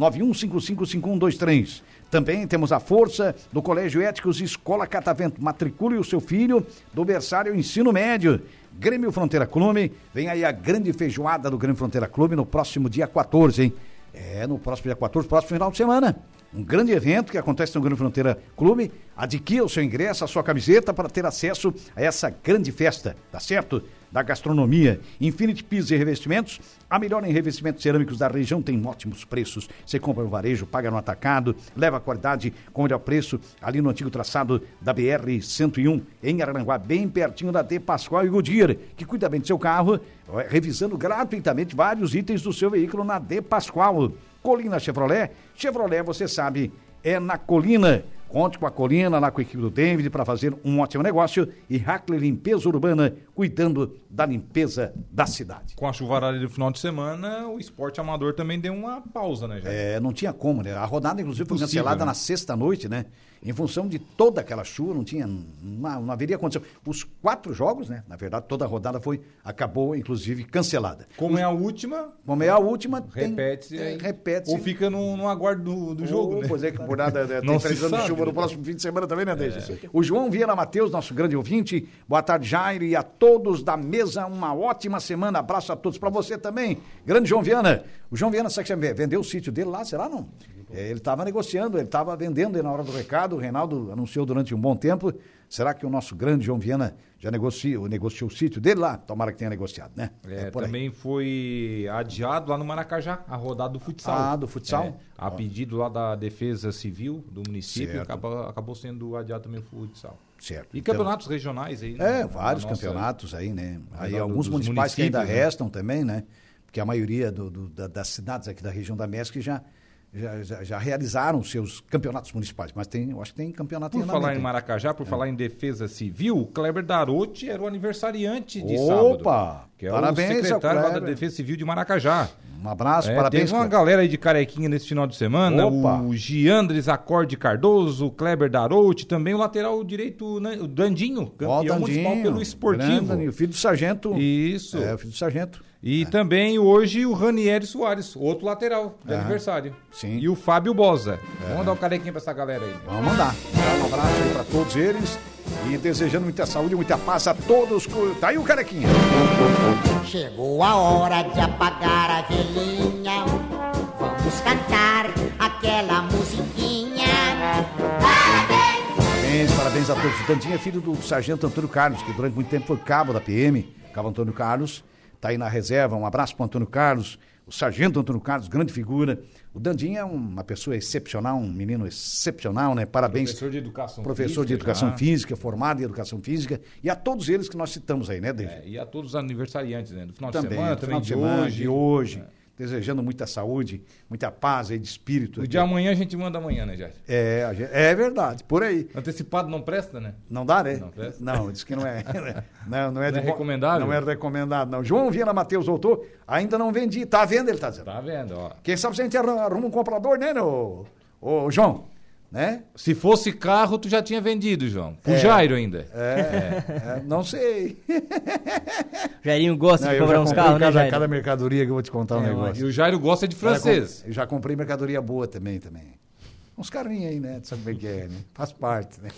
48991555123. Também temos a força do Colégio Éticos Escola Catavento. Matricule o seu filho do berçário ao ensino médio. Grêmio Fronteira Clube, vem aí a grande feijoada do Grêmio Fronteira Clube no próximo dia 14, hein? É, no próximo dia 14, próximo final de semana. Um grande evento que acontece no Grêmio Fronteira Clube. Adquira o seu ingresso, a sua camiseta para ter acesso a essa grande festa, tá certo? Da gastronomia. Infinity Pisos e Revestimentos, a melhor em revestimentos cerâmicos da região, tem ótimos preços. Você compra no varejo, paga no atacado, leva a qualidade com o melhor preço ali no antigo traçado da BR-101, em Aranguá, bem pertinho da D. Pascoal e Goodyear, que cuida bem do seu carro, ó, revisando gratuitamente vários itens do seu veículo na D. Pascoal. Colina Chevrolet, Chevrolet, você sabe, é na Colina. Conte com a Colina, lá com a equipe do David, para fazer um ótimo negócio. E Hackler Limpeza Urbana, cuidando da limpeza da cidade. Com a chuvarada do final de semana, o esporte amador também deu uma pausa, né, Jair? É, não tinha como, né? A rodada, inclusive, foi Impossível, cancelada né? na sexta-noite, né? Em função de toda aquela chuva, não tinha. Não, não haveria condição. Os quatro jogos, né? Na verdade, toda a rodada foi. acabou, inclusive, cancelada. Como é a última, Como é a última. tem- repete-se. é, aí. repete-se. Ou fica no, no aguardo do, do jogo, Ou, né? Pois é, que por nada é, tem Não se três anos de sabe, chuva no né? É. próximo fim de semana também, né, Deja? O João Vieira Matheus, nosso grande ouvinte. Boa tarde, Jairo, e a todos da mesa. Uma ótima semana. Abraço a todos. Pra você também, grande João Viana. O João Viana, sabe que você vendeu o sítio dele lá, será não? É, ele estava negociando, ele estava vendendo aí na hora do recado. O Reinaldo anunciou durante um bom tempo. Será que o nosso grande João Viana já negocia, negociou o sítio dele lá? Tomara que tenha negociado, né? É, por aí. também foi adiado lá no Maracajá, a rodada do futsal. Ah, do futsal? É, a pedido lá da Defesa Civil do município, Certo. acabou, acabou sendo adiado também o futsal. Certo. E Então- campeonatos regionais aí. né? É, Na vários nossa- campeonatos aí, né? Aí do- alguns dos municipais que ainda municípios, né? restam também, né? Porque a maioria do- do- da- das cidades aqui da região da MESC já, já, já, já realizaram seus campeonatos municipais. Mas tem, eu acho que tem É. campeonato Por andamento, falar em hein? Maracajá, por falar em Defesa Civil, o Kleber Darotti era o aniversariante de Opa! sábado. Que é Parabéns ao o secretário lá da Kleber. Defesa Civil de Maracajá. Um abraço, É, parabéns. teve uma cara. galera aí de carequinha nesse final de semana. Opa! O Giandres Acorde Cardoso, o Kleber Darouti, também o lateral direito, né, o Dandinho, campeão Ó, o municipal Dandinho, pelo grande esportivo. Dandinho, filho do sargento. Isso. É, filho do sargento. E também hoje o Ranieri Soares, outro lateral de aniversário. Sim. É. E o Fábio Bosa. Vamos dar um carequinha pra essa galera aí. Vamos mandar. Um abraço aí pra todos eles. E desejando muita saúde, muita paz a todos. Tá aí o carequinha. Chegou a hora de apagar a velhinha. Vamos cantar aquela musiquinha. Parabéns! Parabéns, parabéns a todos. O Dantinho é filho do sargento Antônio Carlos, que durante muito tempo foi cabo da PM, cabo Antônio Carlos. Tá aí na reserva. Um abraço para Antônio Carlos, o sargento Antônio Carlos, grande figura. O Dandinho é uma pessoa excepcional, um menino excepcional, né? Parabéns. Professor de educação Professor de física, né? educação já. física, formado em educação física, e a todos eles que nós citamos aí, né, David? É, e a todos os aniversariantes, né? Do final de também, semana, final também de de semana, hoje. É. de hoje. Desejando muita saúde, muita paz aí de espírito. O de amanhã a gente manda amanhã, né, Jair? É, a gente- é verdade, por aí. Antecipado não presta, né? Não dá, né? Não, presta. Não, diz que não é. Não, não é, Não é de bo- recomendável? Não é recomendado, não. João Viana Matheus voltou, ainda não vendi. Tá à venda, ele tá dizendo. Tá vendo, ó. Quem sabe se a gente arru- arruma um comprador, né, no, ô, João? Né? Se fosse carro, tu já tinha vendido, João. Pro É. Jairo ainda. É, é, não sei. Jairinho gosta Não, de eu já comprar uns comprei carros, né, cada, Jair? cada mercadoria que eu vou te contar um É, negócio. E o Jairo gosta de francês. Eu já comprei mercadoria boa também, também. Uns carrinhos aí, né? Tu sabe como é que é, né? Faz parte, né?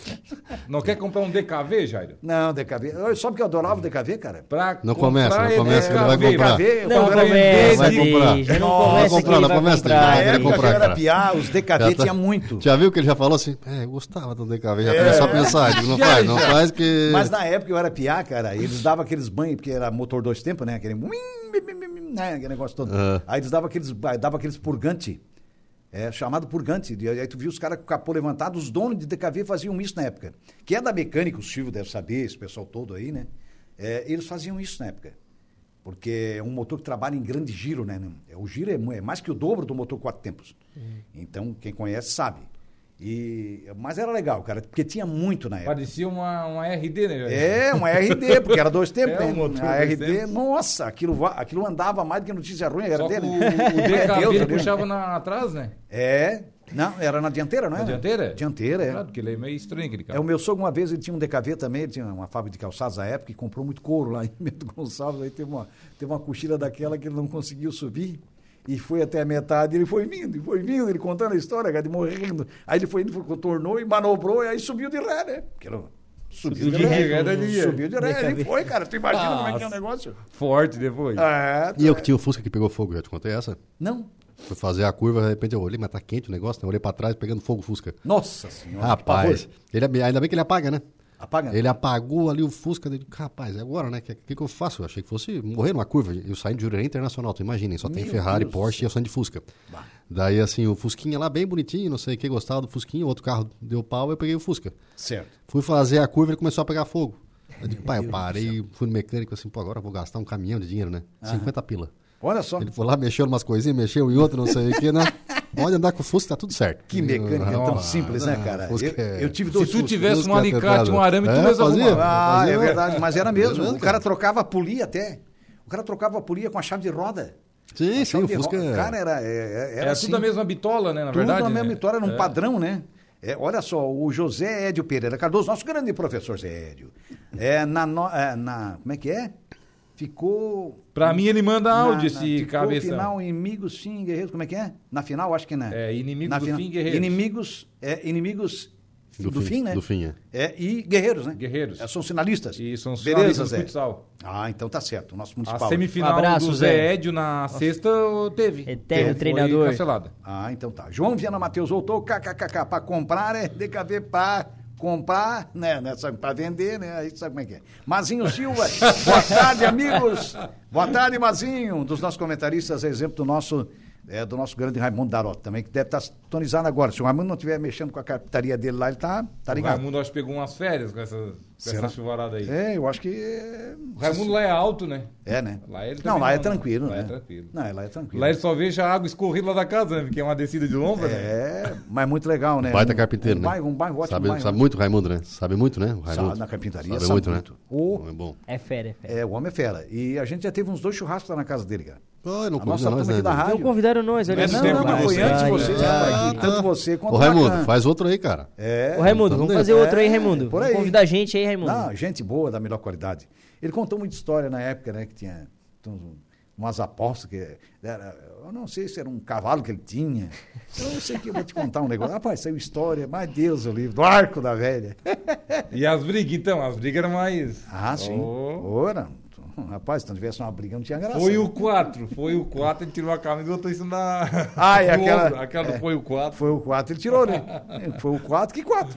Não quer comprar um DKV, Jairo? Não, DKV. Eu- Sabe que eu adorava o DKV, cara? Pra é, Não começa, não começa, que ele vai DKV. comprar. DKV, Não eu- começa, Vai comprar. Deja, não Nossa, começa vai comprar, aqui, não vai começa, comprar. É Deja, Na vai época comprar, que eu era cara. piá, os DKV tinha muito. tá- É. Já viu que ele já falou assim? É, eu gostava do DKV, já começou a pensar. digo, Não faz, não faz que. Mas na época eu era piá, cara, eles davam aqueles banhos, porque era motor dois tempos, né? Aquele, uim, bim, bim, bim, bim, né? aquele negócio todo. É. Aí eles davam aqueles, ah, davam aqueles purgante, é, chamado purgante. E aí tu viu os caras com o capô levantado, os donos de DKV faziam isso na época. Que é da mecânica, o Silvio deve saber, esse pessoal todo aí, né? É, eles faziam isso na época. Porque é um motor que trabalha em grande giro, né? O giro é, mu- é mais que o dobro do motor quatro tempos. Então, quem conhece sabe. E, mas era legal, cara, porque tinha muito na época. Parecia uma, uma RD, né, Jairo? É, um RD, porque era dois tempos, É, né? um motor a dois RD, tempos. nossa, aquilo, va- aquilo andava mais do que notícia ruim, a Só RD, que o, né? o DKV Deus, ele Deus. puxava na, atrás, né? É, não, era na dianteira, não é? Na dianteira? Dianteira, é. Claro, porque ele é meio estranho aquele É, carro. o meu sogro, uma vez, ele tinha um DKV também, ele tinha uma fábrica de calçados à época e comprou muito couro lá em Bento Gonçalves. Aí teve uma, teve uma cochila daquela que ele não conseguiu subir e foi até a metade. Ele foi vindo, e foi vindo, ele contando a história, cara, de morrendo. Aí ele foi indo, foi- contornou e manobrou e aí subiu de ré, né? Porque não- Subiu, de de ré, ré, né, Lilian? subiu de ré, ele DKV. foi, cara. Tu imagina como é que é o negócio? Forte depois. É, E eu que tinha o Fusca que pegou fogo, já te contei essa? não. Fui fazer a curva, de repente eu olhei, mas tá quente o negócio, né? Eu olhei pra trás pegando fogo o Fusca. Nossa senhora. que Rapaz, pavor. ele, ab- ainda bem que ele apaga, né? Apaga. Ele apagou ali o Fusca dele. Rapaz, e agora, né? O que, que, que eu faço? Eu achei que fosse morrer numa curva. Eu saí de Jurerê Internacional, tu imaginem. Só tem Meu Ferrari, Deus do Porsche e eu saindo de Fusca. Daí, assim, o Fusquinha lá bem bonitinho, não sei o que, gostava do Fusquinha. Outro carro deu pau, eu peguei o Fusca. Certo. Fui fazer a curva e começou a pegar fogo. Eu digo, pai, eu parei, fui no mecânico assim, pô, agora eu vou gastar um caminhão de dinheiro, né? 50 pila. Olha só. Ele foi lá, mexeu em umas coisinhas, mexeu em outro, não sei o que, né? Pode andar com o Fusca, tá tudo certo. Que mecânica Ah, tão simples, né, cara? Fusca Eu, é- eu tive Se dois tu Fuscas. tivesse um Fusca alicate, atrasado. um arame, tu É, mesmo fazia. arrumava. Ah, é Fazia- verdade, mas era mesmo. Beleza, O cara trocava a polia até. O cara trocava a polia com a chave de roda. Sim, A sim, chave o de Fusca. roda. Cara, era, é- é- era Era assim. tudo a mesma bitola, né? Na Tudo verdade. a mesma né? história, era um É. padrão, né? É, olha só, o José Édio Pereira Cardoso, nosso grande professor Zé Édio, é, na, no- é, na- Como é que é? Ficou. Pra mim, ele manda na- áudio, na- esse ficou cabeça. tipo, final, inimigos, sim, guerreiros. Como é que é? Na final, acho que não. É, inimigos na do final- fim, guerreiros. Inimigos, é, inimigos do, Do fim, fim, né? do fim, é. E guerreiros, né? Guerreiros. É, são sinalistas. E são os Beleza, finalistas do Zé. futsal. Ah, então tá certo. O nosso A municipal. semifinal Abraço, do Zé. Zé Edio na sexta ô, teve. Eterno Foi treinador. cancelada. Ah, então tá. João Viana Matheus voltou, kkkk, pra comprar, né? DKV pra comprar, né? né sabe, pra vender, né? Aí sabe como é que é. Mazinho Silva, boa tarde, amigos. Boa tarde, Mazinho. Um dos nossos comentaristas, é exemplo do nosso, é, do nosso grande Raimundo Darota também, que deve estar sintonizado agora. Se o Raimundo não estiver mexendo com a capitaria dele lá, ele tá, tá O ligado. Raimundo, acho que pegou umas férias com essa, com Será? essa chuvarada aí. É, eu acho que... é, O Raimundo lá é alto, né? É, né? Lá ele não, também lá é não, tranquilo, lá né? é tranquilo. Não, lá é tranquilo. Lá ele só veja a água escorrida lá da casa, né? Porque é uma descida de lomba, né? É, mas muito legal, né? Baita Um- carpinteiro, um né? Bairro, um bairro ótimo. Sabe, bairro. sabe muito o Raimundo, né? Sabe muito, né? O Raimundo. na carpintaria, Sabe sabe muito, muito. né? O- Homem bom. É fera, é fera. É, o homem é fera. E a gente já teve uns dois churrascos lá na casa dele, cara. Ah, não A nossa convida turma nós, aqui né? da Dani? Não rádio. convidaram nós, olha Nesse só. não, não, tempo, mas né? foi antes de Ai, você, ai. rapaz, Ah, tanto tá. você quanto Ô, o Lacan. Raimundo, faz outro aí, cara. É, Ô, Raimundo, Então, vamos né? fazer outro aí, É, Raimundo. por Vamos aí. convidar a gente aí, Raimundo. Não, gente boa, da melhor qualidade. Ele contou muita história na época, né? Que tinha uns- umas apostas que era- eu não sei se era um cavalo que ele tinha. Eu não sei que eu vou te contar um negócio. Rapaz, saiu história, mas Deus o livro, do arco da velha. E as brigas, então, as brigas eram mais. Ah, sim. Oh. Ora, rapaz, se não tivesse uma briga, não tinha graça. Foi né? o 4, foi o 4, ele tirou a camisa e botou isso na. Ah, e no aquela- ombro. Aquela do foi o 4. Foi o 4, ele tirou, né? Foi o 4, que 4?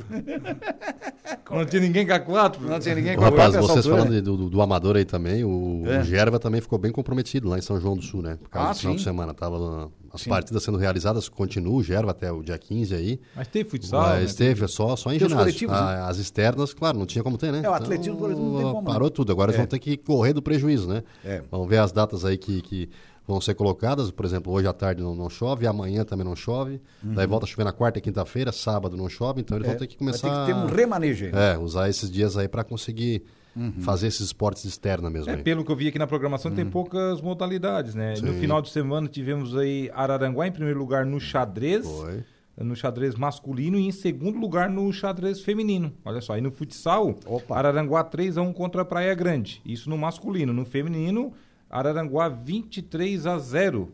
Não tinha ninguém com a 4. Não tinha ninguém Ô, com a Rapaz, quatro nessa vocês altura. falando de- do, do amador aí também, o, É. o Gerva também ficou bem comprometido lá em São João do Sul, né? Por causa Ah, do final sim. de semana. Tava, lá- as partidas sendo realizadas, continua o Gerva até o dia 15 aí. Mas teve futsal. Mas né? teve é só, só em Tem os ginásio. coletivos, né? Ah, As externas, claro, não tinha como ter, né? É, o atletismo, por exemplo, não tem como, né? Parou tudo. Agora eles É. vão ter que correr do prejuízo, né? É. Vamos ver as datas aí que, que vão ser colocadas. Por exemplo, hoje à tarde não, não chove, amanhã também não chove. Daí volta a chover na quarta e quinta-feira, sábado não chove. Então eles vão ter que Mas começar... Tem que Uhum. ter um remanejo aí. né? É, usar esses dias aí pra conseguir Uhum. fazer esses esportes externos mesmo. É, aí. pelo que eu vi aqui na programação, Uhum. tem poucas modalidades, né? No final de semana tivemos aí Araranguá em primeiro lugar no xadrez, Foi. no xadrez masculino e em segundo lugar no xadrez feminino. Olha só, e no futsal, Opa. Araranguá 3 a 1 contra Praia Grande. Isso no masculino, no feminino, Araranguá 23 a 0.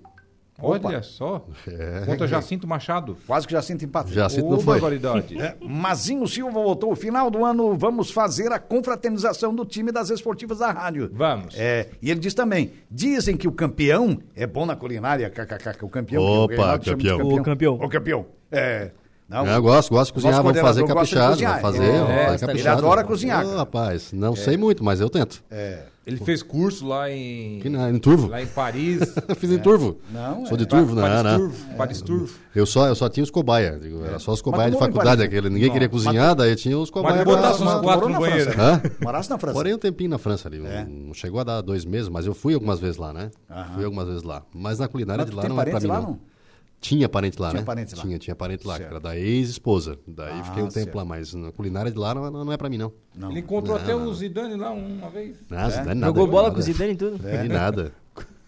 Opa. Olha só. É. Contra Jacinto Machado. Quase que já sinto empate. Jacinto Ô, não foi. É. barbaridade. Mazinho Silva voltou. Final do ano, vamos fazer a confraternização do time das esportivas da rádio. Vamos. É, e ele diz também: dizem que o campeão é bom na culinária. KKK, o campeão. Opa, que o Reinaldo chama de campeão. O campeão. O campeão. É. Não, Eu gosto, gosto de cozinhar, vamos fazer coordenador gosta de caprichado, cozinhar. vamos fazer, É, vamos é, fazer ele caprichado. adora cozinhar, Ô, cara. É. rapaz, não sei muito, mas eu tento. Ele fez curso lá em Que na- em Turvo. lá em Paris. Eu fiz em Turvo. Não, Sou é. de Turvo, né? É. Paris não, não. Turvo, Paris Turvo. Eu só, eu só tinha os cobaia, digo, É. era só os cobaia tu de morou em faculdade Paris, né? aquele, ninguém queria cozinhar, daí tinha os cobaia. Mas pra- botasse pra- uns morou quatro na no banheiro. França. Hã? Morasse na França. Morei um tempinho na França ali, É? não chegou a dar dois meses, mas eu fui algumas vezes lá, né? Fui algumas vezes lá, mas na culinária Mas de tu lá tem não é pra parentes mim lá, não. não? Tinha parente lá, Tinha né? parente lá. Tinha, tinha parente lá, Certo. que era da ex-esposa. Daí Ah, fiquei um tempo certo. lá, mas na culinária de lá não, não é pra mim, não. Não. Ele encontrou até o Zidane lá um, uma vez. Nada, não é nada. Jogou bola nada. com o Zidane e tudo. De nada.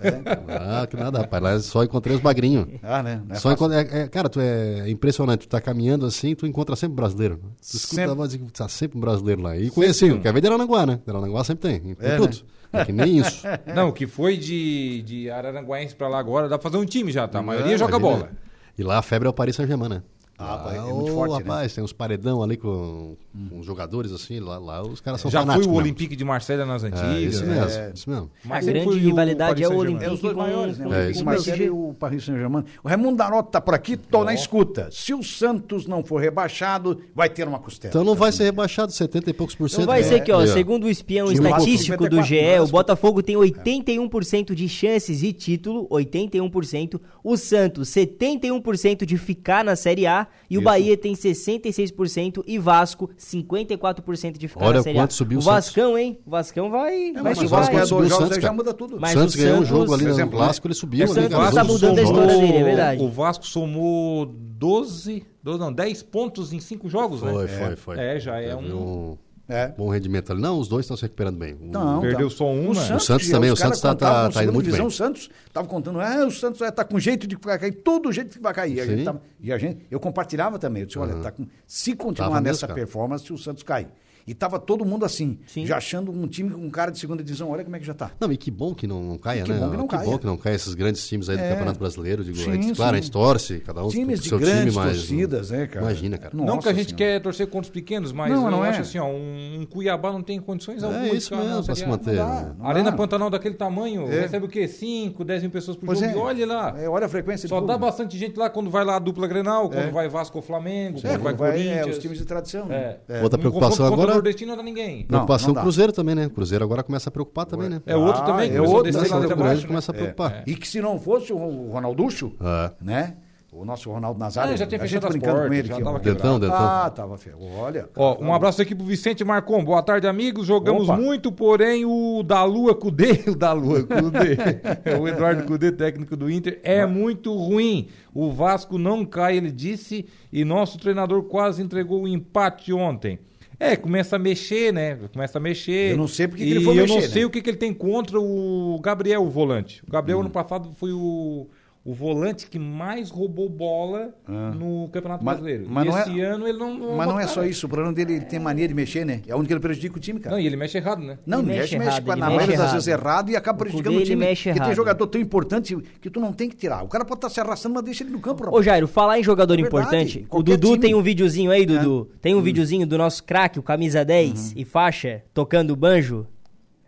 Ah, que nada, rapaz. Lá só encontrei os bagrinhos. Ah, né? Não É? é Só fácil. encontra, é, é- cara, tu é impressionante. Tu tá caminhando assim, tu encontra sempre um brasileiro. né? Tu escuta Sempre. um. a voz e tá sempre um brasileiro lá. E conheci, quer ver de Aranaguá, né? De Aranaguá sempre tem. Tem É, tudo. É que nem isso. Não, o que foi de, de Araranguense pra lá agora, dá pra fazer um time já, tá? A maioria É, joga imagina. bola. E lá a febre é o Paris Saint-Germain, né? Ah, Lá, pai, é muito ô, forte, né? Hum. rapaz, tem uns paredão ali com, com os jogadores assim, lá, lá os caras são Já foi fanáticos. o mesmo. Olympique de Marselha nas É, antigas. né? isso né? mesmo, isso mesmo. A Mas sempre grande foi o rivalidade Paris é o Saint-Germain. É os Olympique dois maiores, né? com É, o isso Marcelo e o Paris Saint-Germain. O Raimundo Daroto tá por aqui, tô na escuta. Se o Santos não for rebaixado, vai ter uma costela. Então não vai ser rebaixado 70 e poucos por cento. Não vai né? ser que, ó, Aí, segundo o espião Tinha um estatístico do 54 GE, o anos. Botafogo tem 81% de um chances de título, 81%, o Santos 71% de ficar na Série A E o Bahia tem 66% e Vasco 54% de ficar Olha na Série A. quanto subiu o o Santos. Vascão, hein? O Vascão vai, vai mas o chutar, Vasco hein? é subiu o Santos, aí já cara. muda tudo. Mas- Santos o ganhou um Santos, jogo ali por no exemplo, Clássico, ele subiu. o ali, Santos cara, tá os outros mudando a jogos. história dele, é verdade. O Vasco somou 12, 12 não, 10 pontos em 5 jogos, né? Foi, foi, foi. É, já é Teve um- É. Bom rendimento ali. Não, os dois estão se recuperando bem. O- Não, Perdeu tá. só uma. O O Santos, Santos e também, os o caras Santos tá- contavam tá- na tá indo segunda muito divisão, bem. O Santos tava contando, ah, o Santos é, tá com jeito de vai cair, todo jeito que vai cair. A gente Sim. tava- e a gente, eu compartilhava também, eu disse, olha, tá com- se continuar Tava mesmo, nessa cara. performance, o Santos cai. E tava todo mundo assim, Sim. já achando um time com cara de segunda divisão, olha como é que já tá. Não, e que bom que não, não caia, que né? bom que não caia. bom que não caia esses grandes times aí do É. Campeonato Brasileiro. Digo, Sim, a gente, claro, sim. a gente torce, cada um Times pro de seu time, grandes mas. torcidas, né, cara? Imagina, cara. Não, Não que a Nossa gente Senhora. quer torcer contra os pequenos, mas Não, eu não é. acho assim, ó, um, um Cuiabá não tem condições alguma É de isso ficar na mesmo, pra Série se A. manter. É. dá, né? não Arena dá. Pantanal daquele tamanho, recebe o quê? 5, 10 mil pessoas por Pois jogo. é. E olha lá. É, olha a frequência Só do dá público. bastante gente lá quando vai lá a dupla Grenal, quando vai Vasco ou Flamengo, É, quando vai quando vai, é, Corinthians. os times de tradição. né? É. É. Outra Um preocupação confronto contra agora. o nordestino não dá ninguém. Não, preocupação não do dá. Cruzeiro também, né? O Cruzeiro agora começa a preocupar também, né? É outro Ah, também é que começou a outro, Começa né? descer lá a de Outro procurar, abaixo. ele começa a É. preocupar. E que se não fosse o Ronalducho, É. né? O nosso Ronaldo Nazário. Ah, já tinha a gente fechado as brincando com portas, ele já aqui, tava ó. Dentão, Dentão. Ah, tava feio. Olha. Ó, um abraço aqui pro Vicente Marcon. Boa tarde, amigos. Jogamos Tá, Opa. muito, porém o da Lua Cudê, o da Lua Cudê, é o Eduardo Cudê, técnico do Inter, é muito ruim. O Vasco não cai, ele disse, e nosso treinador quase entregou o empate ontem. É, começa a mexer, né? Começa a mexer. Eu não sei porque que E ele foi eu mexer, não sei né? o que, que ele tem contra o Gabriel, o volante. O Hum. Gabriel, ano passado, foi o, o volante que mais roubou bola no Campeonato Ah. Mas- Brasileiro. mas e não é- esse ano ele não. Mas não é só botaram. isso. O problema dele ele tem mania de mexer, né? É onde que ele prejudica o time, cara. Não, e ele mexe errado, né? Não, Ele mexe, mexe mexe, errado, com a- ele na mexe maioria das vezes errado. errado e acaba O Kudê, prejudicando o ele time. mexe Porque tem errado. jogador tão importante que tu não tem que tirar. O cara pode estar se arrastando, mas deixa ele no campo, Ô rapaz. Jairo, falar em jogador É verdade, importante, o qualquer Dudu time. É. Hum. tem um videozinho aí, Dudu. Tem um videozinho do nosso craque, o camisa 10 Uhum. e faixa, tocando banjo.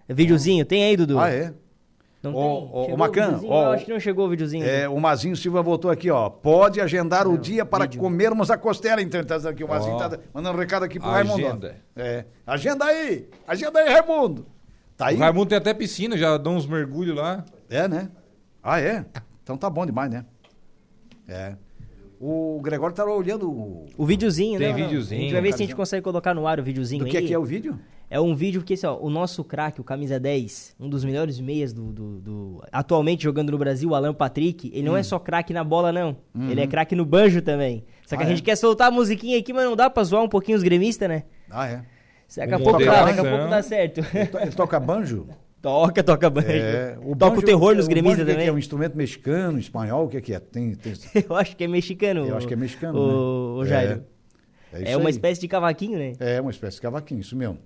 Videozinho, tem aí, Dudu? Ah, é? Ô, Não tem? ô, ô, Chegou Macan, videozinho? ó, Eu acho que não chegou o videozinho. É, o Mazinho Silva voltou aqui, ó. Pode agendar o dia para comermos a costela. Então, ele tá dizendo aqui, o Mazinho Ó. tá mandando um recado aqui pro Agenda. Raimundo. ó. É. Agenda aí! Agenda aí, Raimundo! Tá aí? O Raimundo tem até piscina, já dá uns mergulhos lá. É, né? Ah, é? Então tá bom demais, né? É. O Gregório tava olhando o. O videozinho, Tem né? Não, videozinho, A gente vai ver se a gente camisinha. consegue colocar no ar o videozinho Do que aí. é que é o vídeo? É um vídeo que, assim, ó, o nosso craque, o camisa 10, um dos melhores meias do, do- do- Atualmente jogando no Brasil, o Alan Patrick, ele não Hum. é só craque na bola, não. Ele é craque no banjo também. Só Uhum. que Ah, a gente é? quer soltar a musiquinha aqui, mas não dá pra zoar um pouquinho os gremistas, né? Ah, é. Daqui a, Um pouco dá, modelação. daqui a pouco dá certo. Ele to- Ele toca banjo? toca, toca banjo. É. toca o terror nos o gremistas banjo, o que é que também. É um instrumento mexicano, espanhol, o que é que é? Tem, tem... Eu acho que é mexicano. Eu o- acho que é mexicano, O, né? o Jairo. É, É, isso uma aí. espécie de cavaquinho, né? É uma espécie de cavaquinho, isso mesmo.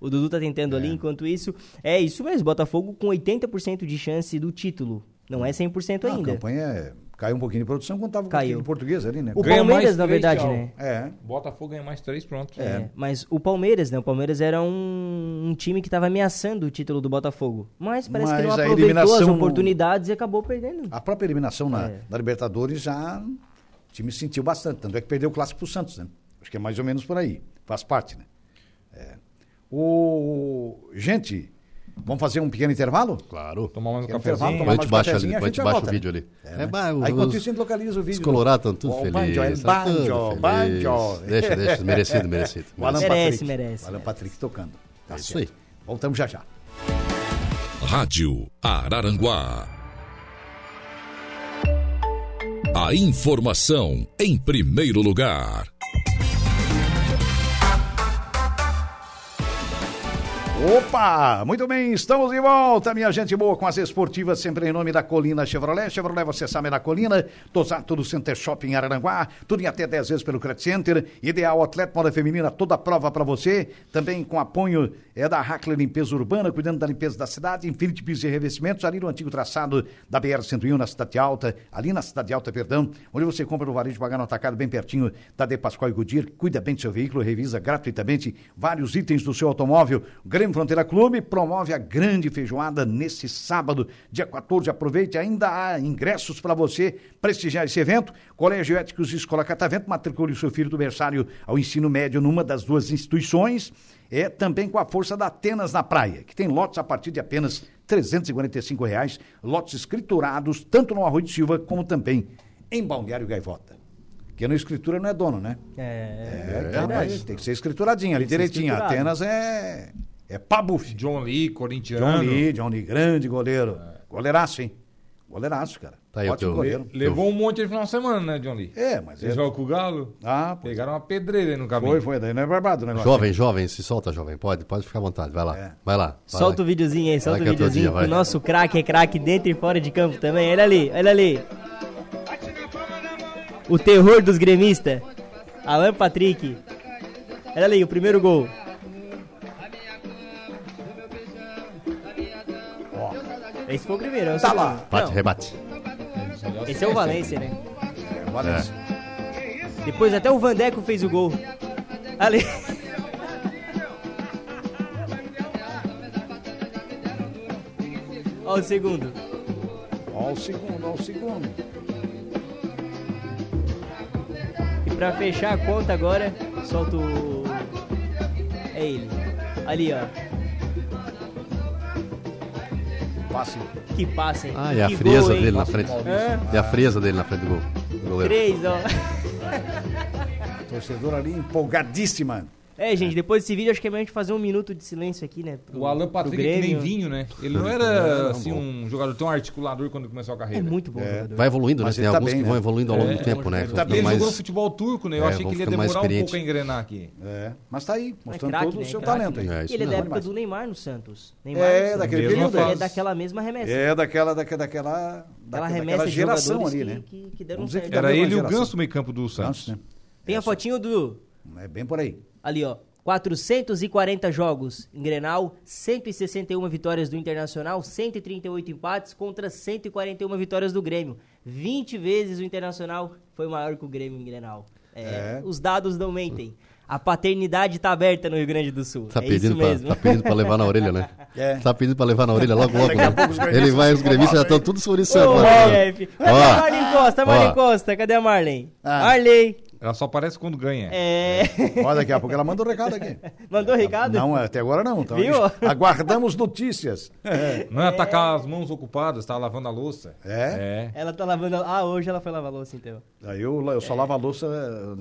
O Dudu tá tentando ali, enquanto isso. É isso mesmo, Botafogo com 80% de chance do título. Não é 100% Ah, A ainda. campanha é- caiu um pouquinho de produção quando tava Caiu. com o português ali, né? O Ganha Palmeiras, mais na três, verdade, tchau. né? É. Botafogo ganha mais três, pronto. É, Mas o Palmeiras, né? O Palmeiras era um, um time que tava ameaçando o título do Botafogo. Mas parece que Mas não a aproveitou as eliminação- Ah, oportunidades e acabou perdendo. A própria eliminação na, É. na Libertadores já o time sentiu bastante. Tanto é que perdeu o clássico pro Santos, né? Acho que é mais ou menos por aí. Faz parte, né? É. O... Gente, vamos fazer um pequeno intervalo? Claro. Tomar mais um Pequeno cafezinho. tomar A gente mais um baixa cafezinho, ali, a a gente já baixa o volta, vídeo né? ali. É, vai, Aí, os- enquanto isso, a gente localiza o vídeo. Os colorados estão tudo Ó, o banjo, felizes. ó, tão banjo, tudo felizes. banjo. Deixa, deixa. Merecido, merecido. É. O Alan merecido. Merece, Patrick. merece, O Alan merece. Patrick tocando. Tá É isso certo. aí. Voltamos já já. Rádio Araranguá. A informação em primeiro lugar. Opa, muito bem, estamos de volta, minha gente boa, com as esportivas, sempre em nome da Colina Chevrolet. Chevrolet, você sabe, é na Colina, Tosato do Center Shopping em Araranguá, tudo em até 10 vezes pelo Credit Center, Ideal Atleta Moda Feminina, toda a prova para você, também com apoio é da Hackler Limpeza Urbana, cuidando da limpeza da cidade, Infinity Pisos e Revestimentos, ali no antigo traçado da BR-101, na Cidade Alta, ali na Cidade Alta, perdão, onde você compra no varejo, pagar no atacado, bem pertinho da De Pascoal e Godir, cuida bem do seu veículo, revisa gratuitamente vários itens do seu automóvel. O Grêmio Fronteira Clube promove a grande feijoada nesse sábado, dia 14. Aproveite, ainda há ingressos para você prestigiar esse evento. Colégio Éticos e Escola Catavento, matricule o seu filho do berçário ao ensino médio numa das duas instituições. É também com a força da Atenas na Praia, que tem lotes a partir de apenas R$ 345 reais, lotes escriturados tanto no Arroio de Silva como também em Balneário Gaivota. Porque na escritura não é dono, né? É. É, então, rapaz. mas tem que ser escrituradinho ali Tem que ser direitinho. escriturado. Atenas é. É pabuf. John Lee, corintiano. John Lee, John Lee, grande goleiro. Goleiraço, hein? Goleiraço, cara. Tá aí o Ótimo teu- goleiro. Levou um monte no final de semana, né, John Lee? É, mas Você é. joga com o Galo? Ah, pois Pegaram uma pedreira aí no caminho. foi, foi. Daí não é barbado o negócio. Jovem, jovem, se solta, jovem. Pode, pode ficar à vontade. Vai lá. É. Vai lá. vai Solta lá. o videozinho aí, solta Vai o que é teu videozinho. dia, que vai. o nosso craque é craque dentro e fora de campo também. Olha ali, olha ali. O terror dos gremistas. Alan Patrick. Olha ali, o primeiro gol. Esse foi o primeiro. é o Tá segundo. lá. Bate, Não, rebate. esse é o Valência, né? É, Valência. Depois até o Vandeco fez o gol. Ali. Ó, o segundo. Ó o segundo, ó o segundo. E pra fechar a conta agora, solta o. É ele. Ali, ó. Passe. Que passa, hein? Ah, e a que frieza gol, hein? É. dele na frente. E a frieza dele na frente do gol. Do goleiro. Três, ó. A torcedora ali empolgadíssima. É, gente, depois desse vídeo acho que é melhor a gente fazer um minuto de silêncio aqui, né? pro- O Alan Patrick pro que nem Grêmio. vinho, né? Ele não era assim um jogador tão articulador quando começou a É carreira. muito bom jogador. Vai evoluindo, né? Mas Tem ele tá alguns bem, que né? vão evoluindo ao longo do É, tempo, né? ele tá Ficando bem, Ele mais- jogou no futebol turco, né? Eu É, achei vão que ele ia ficando mais demorar um pouco a experiente. engrenar aqui. É. Mas tá aí, Mas mostrando craque, todo né? o seu Craque. talento aí. É, E isso ele é da mesmo. época do Neymar no Santos. Neymar É, no Santos. daquele Ele período é aí. daquela mesma remessa. É daquela, daquela, daquela, Aquela daquela, remessa de geração jogadores ali, que- né? que- que deram Vamos dizer que certo. da Era mesma ele e o geração. Ganso meio campo do Santos. Ganso, né? Tem a fotinho do. É bem por aí. Ali, ó. 440 jogos em Grenal, 161 vitórias do Internacional, 138 empates contra 141 vitórias do Grêmio. 20 vezes o Internacional foi maior que o Grêmio em Grenal. É, É. Os dados não mentem. A paternidade tá aberta no Rio Grande do Sul. Tá é pedindo, isso pra, mesmo. tá pedindo pra levar na orelha, né? É. Tá pedindo pra levar na orelha logo, logo, Daqui a né? pouco os gremistas Ele vai, os se gremistas já incomodam, estão tudo solucionando. Ô, chefe. Cadê a né? Ó. Marlene Costa? Marlene Ó. Costa, cadê a Marlene? Ah. Marley. Ela só aparece quando ganha. É... Olha, daqui a pouco ela manda o recado aqui. É, Mandou recado? Não, até agora não. Então, Viu? Aguardamos notícias. Não é atacar as mãos ocupadas, tá lavando a louça. É? Ela tá lavando. a- Ah, hoje ela foi lavar a louça então. Aí eu, la- eu só lavo a louça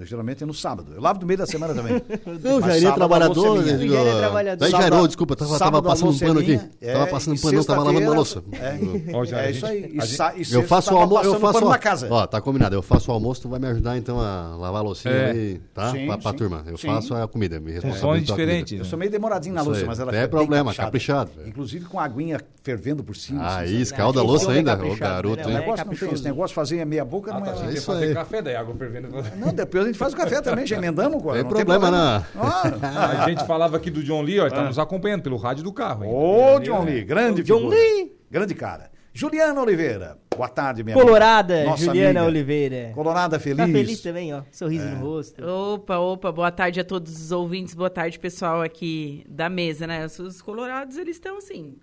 eh, geralmente no sábado. Eu lavo no meio da semana também. Não, Mas Jair é sábado a trabalhador. louça é minha. né, digo, Jair é ó. trabalhador. Daí Sábado- Jairô, desculpa, tava, sábado tava a passando um louça é pano aqui. minha, é, tava passando e um pano, não tava lavando uma louça. Uhum. sexta-feira- É, Ó, já, É a isso gente- aí. E a gente- sa- e Eu sexta faço o tava almoço, eu passando faço. pano o- na casa. Ó, tá combinado. Eu faço o almoço, tu vai me ajudar então a lavar a loucinha É. aí, tá? Sim, pra, pra sim. turma. Eu Sim. faço a comida, me Funções responsabilizo pela comida. diferentes. Eu né? sou meio demoradinho na Isso louça, aí. mas ela Tem fica bem problema, caprichada. caprichado. é. Inclusive com a aguinha fervendo por cima. Ah, assim, isso, sabe? calda a Aquele louça homem ainda, ô caprichado, garoto, né? Esse hein? negócio não tem esse negócio, fazer a meia boca Ah, não tá, é... a É gente tem que isso fazer aí. café, daí água fervendo. Não, depois a gente faz o café também, já emendamos, agora. Tem não problema, né? Ah, A gente falava aqui do John Lee, ó, ele tá nos acompanhando pelo rádio do carro. hein? Ô, John Lee, grande John figura. Lee. Grande cara. Juliana Oliveira. Boa tarde, minha Colorada, amiga. Nossa Juliana amiga. Oliveira. Colorada feliz. É. Tá feliz também, ó. Sorriso no rosto. É assim, Opa, opa, boa tarde a todos os ouvintes, boa tarde pessoal aqui da mesa, né? Os colorados, eles estão assim,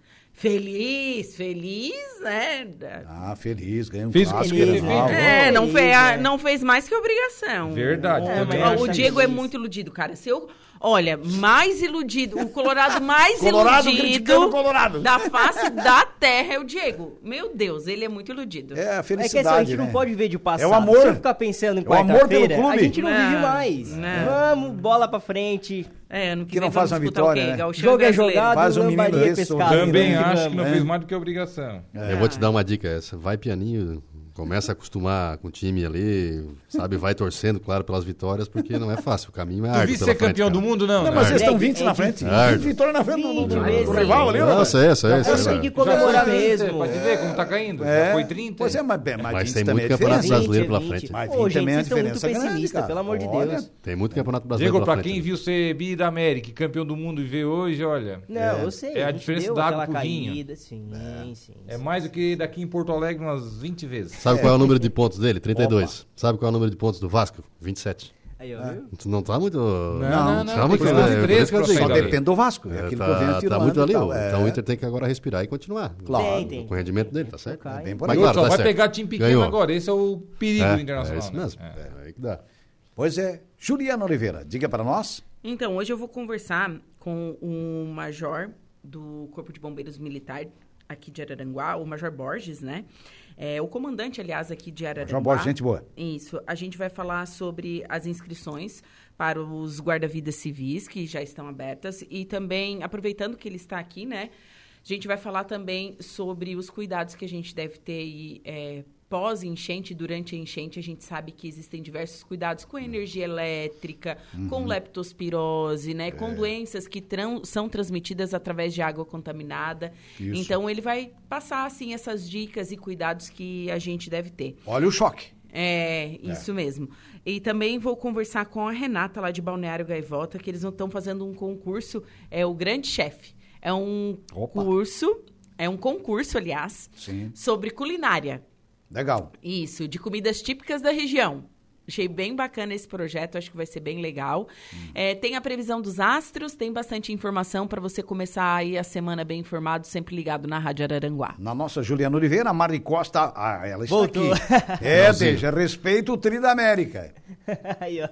feliz, feliz, né? Ah, feliz, ganhou um Fez o clássico. que ele fez fez, mal. né? É, não, Feliz, fe- né? não fez mais que obrigação. Verdade, É, também mas acho o que Diego é isso. muito iludido, cara. Se eu, olha, mais iludido, o colorado mais Colorado criticando o iludido colorado. da face da terra é o Diego. Meu Deus, ele é muito iludido. É a É felicidade, que assim, a gente não né? pode ver de É passado. o amor. Se eu ficar pensando em É o amor pelo quarta-feira, a clube. gente não, Não, vive mais. não. Vamos, bola pra frente. É, ano que, Que vem não faz vamos uma disputar o vitória, quê? né? Gauchão Jogo é brasileiro. jogado, Faz um menino lambaria é desse, pescado. Também né? acho que Vamos. não fez mais do que obrigação. Eu vou te dar uma dica essa. Vai pianinho, começa a acostumar com o time ali, sabe? Vai torcendo, claro, pelas vitórias, porque não é fácil. O caminho é Tu árduo vi pela ser campeão frente, do cara. mundo, não? Não, mas né? eles estão É, 20 é, na é, frente. é. 20 vitória na frente do, do, do, Vinte vezes. do rival ali, Não, né? sei, sei, sei. Eu sei, sei né? que Já comemorar foi 30, é mesmo. Pode ver como tá caindo. Já foi 30. Pois é, mas, mas, Mas 20 tem também muito é campeonato diferença. brasileiro pela 20, frente. Mas Pô, 20 gente, também é vocês estão muito diferença grande, pessimistas, cara. pelo amor de Olha. Deus. Tem muito campeonato brasileiro Diego, pela pra frente. quem né? viu ser bi da América, e campeão do mundo e vê hoje, olha. Não, eu sei. É a gente diferença deu da água aquela pro vinho. caída, sim, sim. É mais do que daqui em Porto Alegre umas 20 vezes. Sabe qual é o número de pontos dele? 32. Sabe qual é o número de pontos do Vasco? 27. Aí, ó, né? viu? Tu não tá muito. Não, não, não, Tá tem muito. que ser é, uns por três isso que eu pra digo, sair Só dali. cara. depende do Vasco. É É, aquilo que eu venho tá, tá afirmando muito e ali. tal. ó. É. Então o Inter tem que agora respirar e continuar. Claro. Tem, tem. Com o rendimento dele, tá certo? Cai. Bem por Mas aí. claro, Só tá vai certo. pegar time pequeno Ganhou. agora. Esse é o perigo É, do internacional. é isso né? mesmo. É. É, aí que dá. Pois é. Juliana Oliveira, diga para nós. Então, hoje eu vou conversar com o major do Corpo de Bombeiros Militar aqui de Araranguá, o Major Borges, né? É, o comandante, aliás, aqui de Araranguá... João Borges, gente boa. Isso. A gente vai falar sobre as inscrições para os guarda-vidas civis, que já estão abertas. E também, aproveitando que ele está aqui, né? A gente vai falar também sobre os cuidados que a gente deve ter e... É, pós-enchente, durante a enchente, a gente sabe que existem diversos cuidados com energia elétrica, Uhum. com leptospirose, né? É. Com doenças que trão- são transmitidas através de água contaminada. Isso. Então, ele vai passar, assim, essas dicas e cuidados que a gente deve ter. Olha o choque. É, isso mesmo. E também vou conversar com a Renata, lá de Balneário Gaivota, que eles estão fazendo um concurso, é o Grande Chefe. É um Opa. curso, é um concurso, aliás, Sim. sobre culinária. Legal. Isso, de comidas típicas da região. Achei bem bacana esse projeto, acho que vai ser bem legal. Hum. É, tem a previsão dos astros, tem bastante informação para você começar aí a semana bem informado, sempre ligado na Rádio Araranguá. Na nossa Juliana Oliveira, a Mari Costa, ah, ela está Voltou. aqui. É, deixa, respeita o Tri da América. Aí, ó.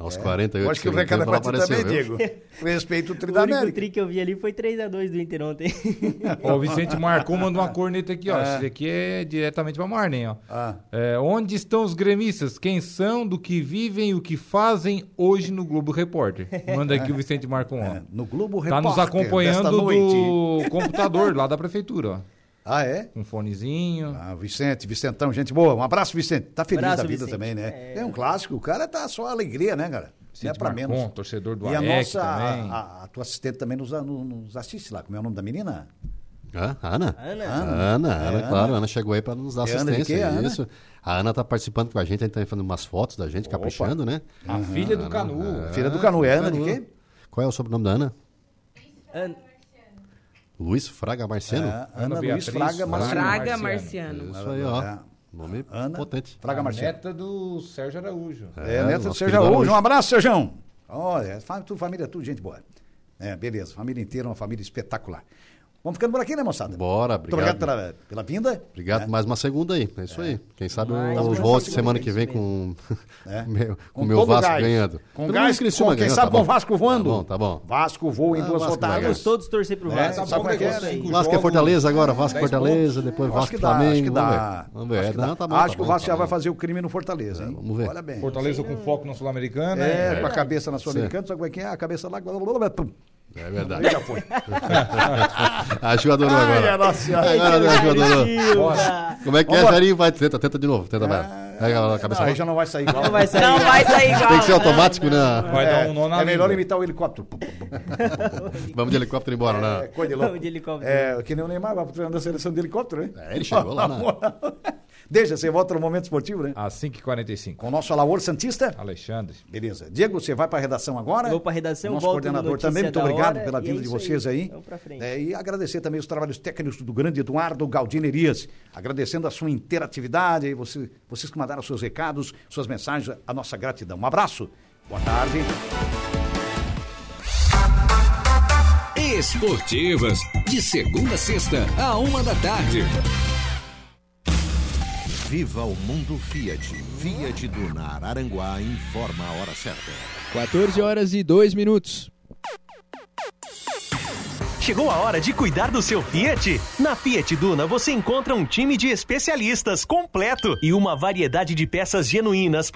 Aos 48 Eu acho que o segundo recado é tempo, pra ela ti apareceu, também, viu? Diego. Respeita o Tri O da único América. tri que eu vi ali foi 3x2 do Inter ontem. Ó, o Vicente Marcon mandou uma corneta aqui, ó. Esse aqui é diretamente pra Marnem, ó. Ah. É, onde estão os gremistas? Quem são, do que vivem e o que fazem hoje no Globo Repórter? Manda aqui o Vicente Marcon, ó. É, No Globo Tá Repórter nos acompanhando desta noite. do computador lá da prefeitura, ó. Ah, é? Um fonezinho. Ah, Vicente, Vicentão, gente boa. Um abraço, Vicente. Tá feliz da Abraço, vida Vicente. também, né? É... um clássico. O cara tá só alegria, né, cara? Não é Vicente pra Marcon, menos. torcedor do E a AEC nossa, também. a, a- a tua assistente também nos, nos- nos assiste lá. Como é o nome da menina? Hã? Ana? Ana. Ana, Ana, Ana. claro. Ana chegou aí para nos dar É Ana de assistência. quê, Ana? isso. A Ana tá participando com a gente, a gente tá fazendo umas fotos da gente, caprichando, né? A filha do Canu. Ah, Filha do Canu. É Ana de quê? Qual é o sobrenome da Ana? Ana- Luiz Fraga Marciano? Ah, Ana Luiz Beatriz Fraga Marciano. Fraga Fraga Marciano. Isso aí, ó. É. Nome Ana potente. Fraga Marciano. Neta do Sérgio Araújo. É, É, neto do nosso Sérgio querido Araújo. Um Araújo. abraço, Sérgio. Olha, fa- tu, família, tudo gente boa. É, beleza. Família inteira, uma família espetacular. Vamos ficando por aqui, né, moçada? Bora, Muito obrigado obrigado. pela, pela vinda. Obrigado, mais uma segunda aí. É isso aí. Quem sabe Mais uma eu volto segunda, semana é que isso vem com É. meu- com o Com meu todo o Vasco gás. ganhando. Então, Com Pelo gás, menos Criciúma com, quem ganhando, sabe tá com o bom. Vasco voando. Tá bom, tá bom. Vasco voa em Ah, duas Vasco vai rodadas. ganhar. Vamos todos torcer pro Vasco. sabe como é que é? Cinco Vasco é jogos, Fortaleza agora, Vasco e dez Fortaleza, depois Acho Vasco que e dá, Flamengo. acho que dá. Vamos ver. Acho Vamos que ver. dá. Não, tá bom, Acho tá que o bom, Vasco tá já vai bom. Tá, fazer o crime no Fortaleza, hein? vamos ver. Olha bem. Fortaleza com foco na Sul-Americana. É, né? com a cabeça na Sul-Americana, só que vai quem é a cabeça lá. Blá, blá, blá, blá, pum. É verdade. Já foi. A Ju adorou Ai, agora. a nossa senhora. Agora, né, a Ju adorou. Silva. Como é que é, Vambora. Jairinho? Vai, tenta, tenta de novo. Tenta, vai. Pega a É. Não, cabeça. aí já não vai sair igual. Não vai sair. Não vai sair igual. Tem que ser né? automático, né? Vai É, dar um nó na é melhor língua. imitar o helicóptero. Pum, pum, pum. Vamos de helicóptero embora, É né? coisa de louco. De helicóptero. É, que nem o Neymar vai pro treinador da seleção de helicóptero, né? É, ele chegou lá na... Deixa, você volta no momento esportivo, né? Às 5h45. Com o nosso Alaor Santista. Alexandre. Beleza. Diego, você vai para a redação agora. Eu vou pra redação, Nosso volto no coordenador Notícia também, muito da obrigado Hora, pela e é vinda de isso aí. vocês aí. Vamos pra frente. É, e agradecer também os trabalhos técnicos do grande Eduardo Galdinerias. Agradecendo a sua interatividade, aí você, vocês que mandaram seus recados, suas mensagens, a nossa gratidão. Um abraço, boa tarde. Esportivas, de segunda a sexta, a uma da tarde. Viva o mundo Fiat. Fiat do Araranguá informa a hora certa. 14 horas e 2 minutos. Chegou a hora de cuidar do seu Fiat? Na Fiat Duna você encontra um time de especialistas completo e uma variedade de peças genuínas para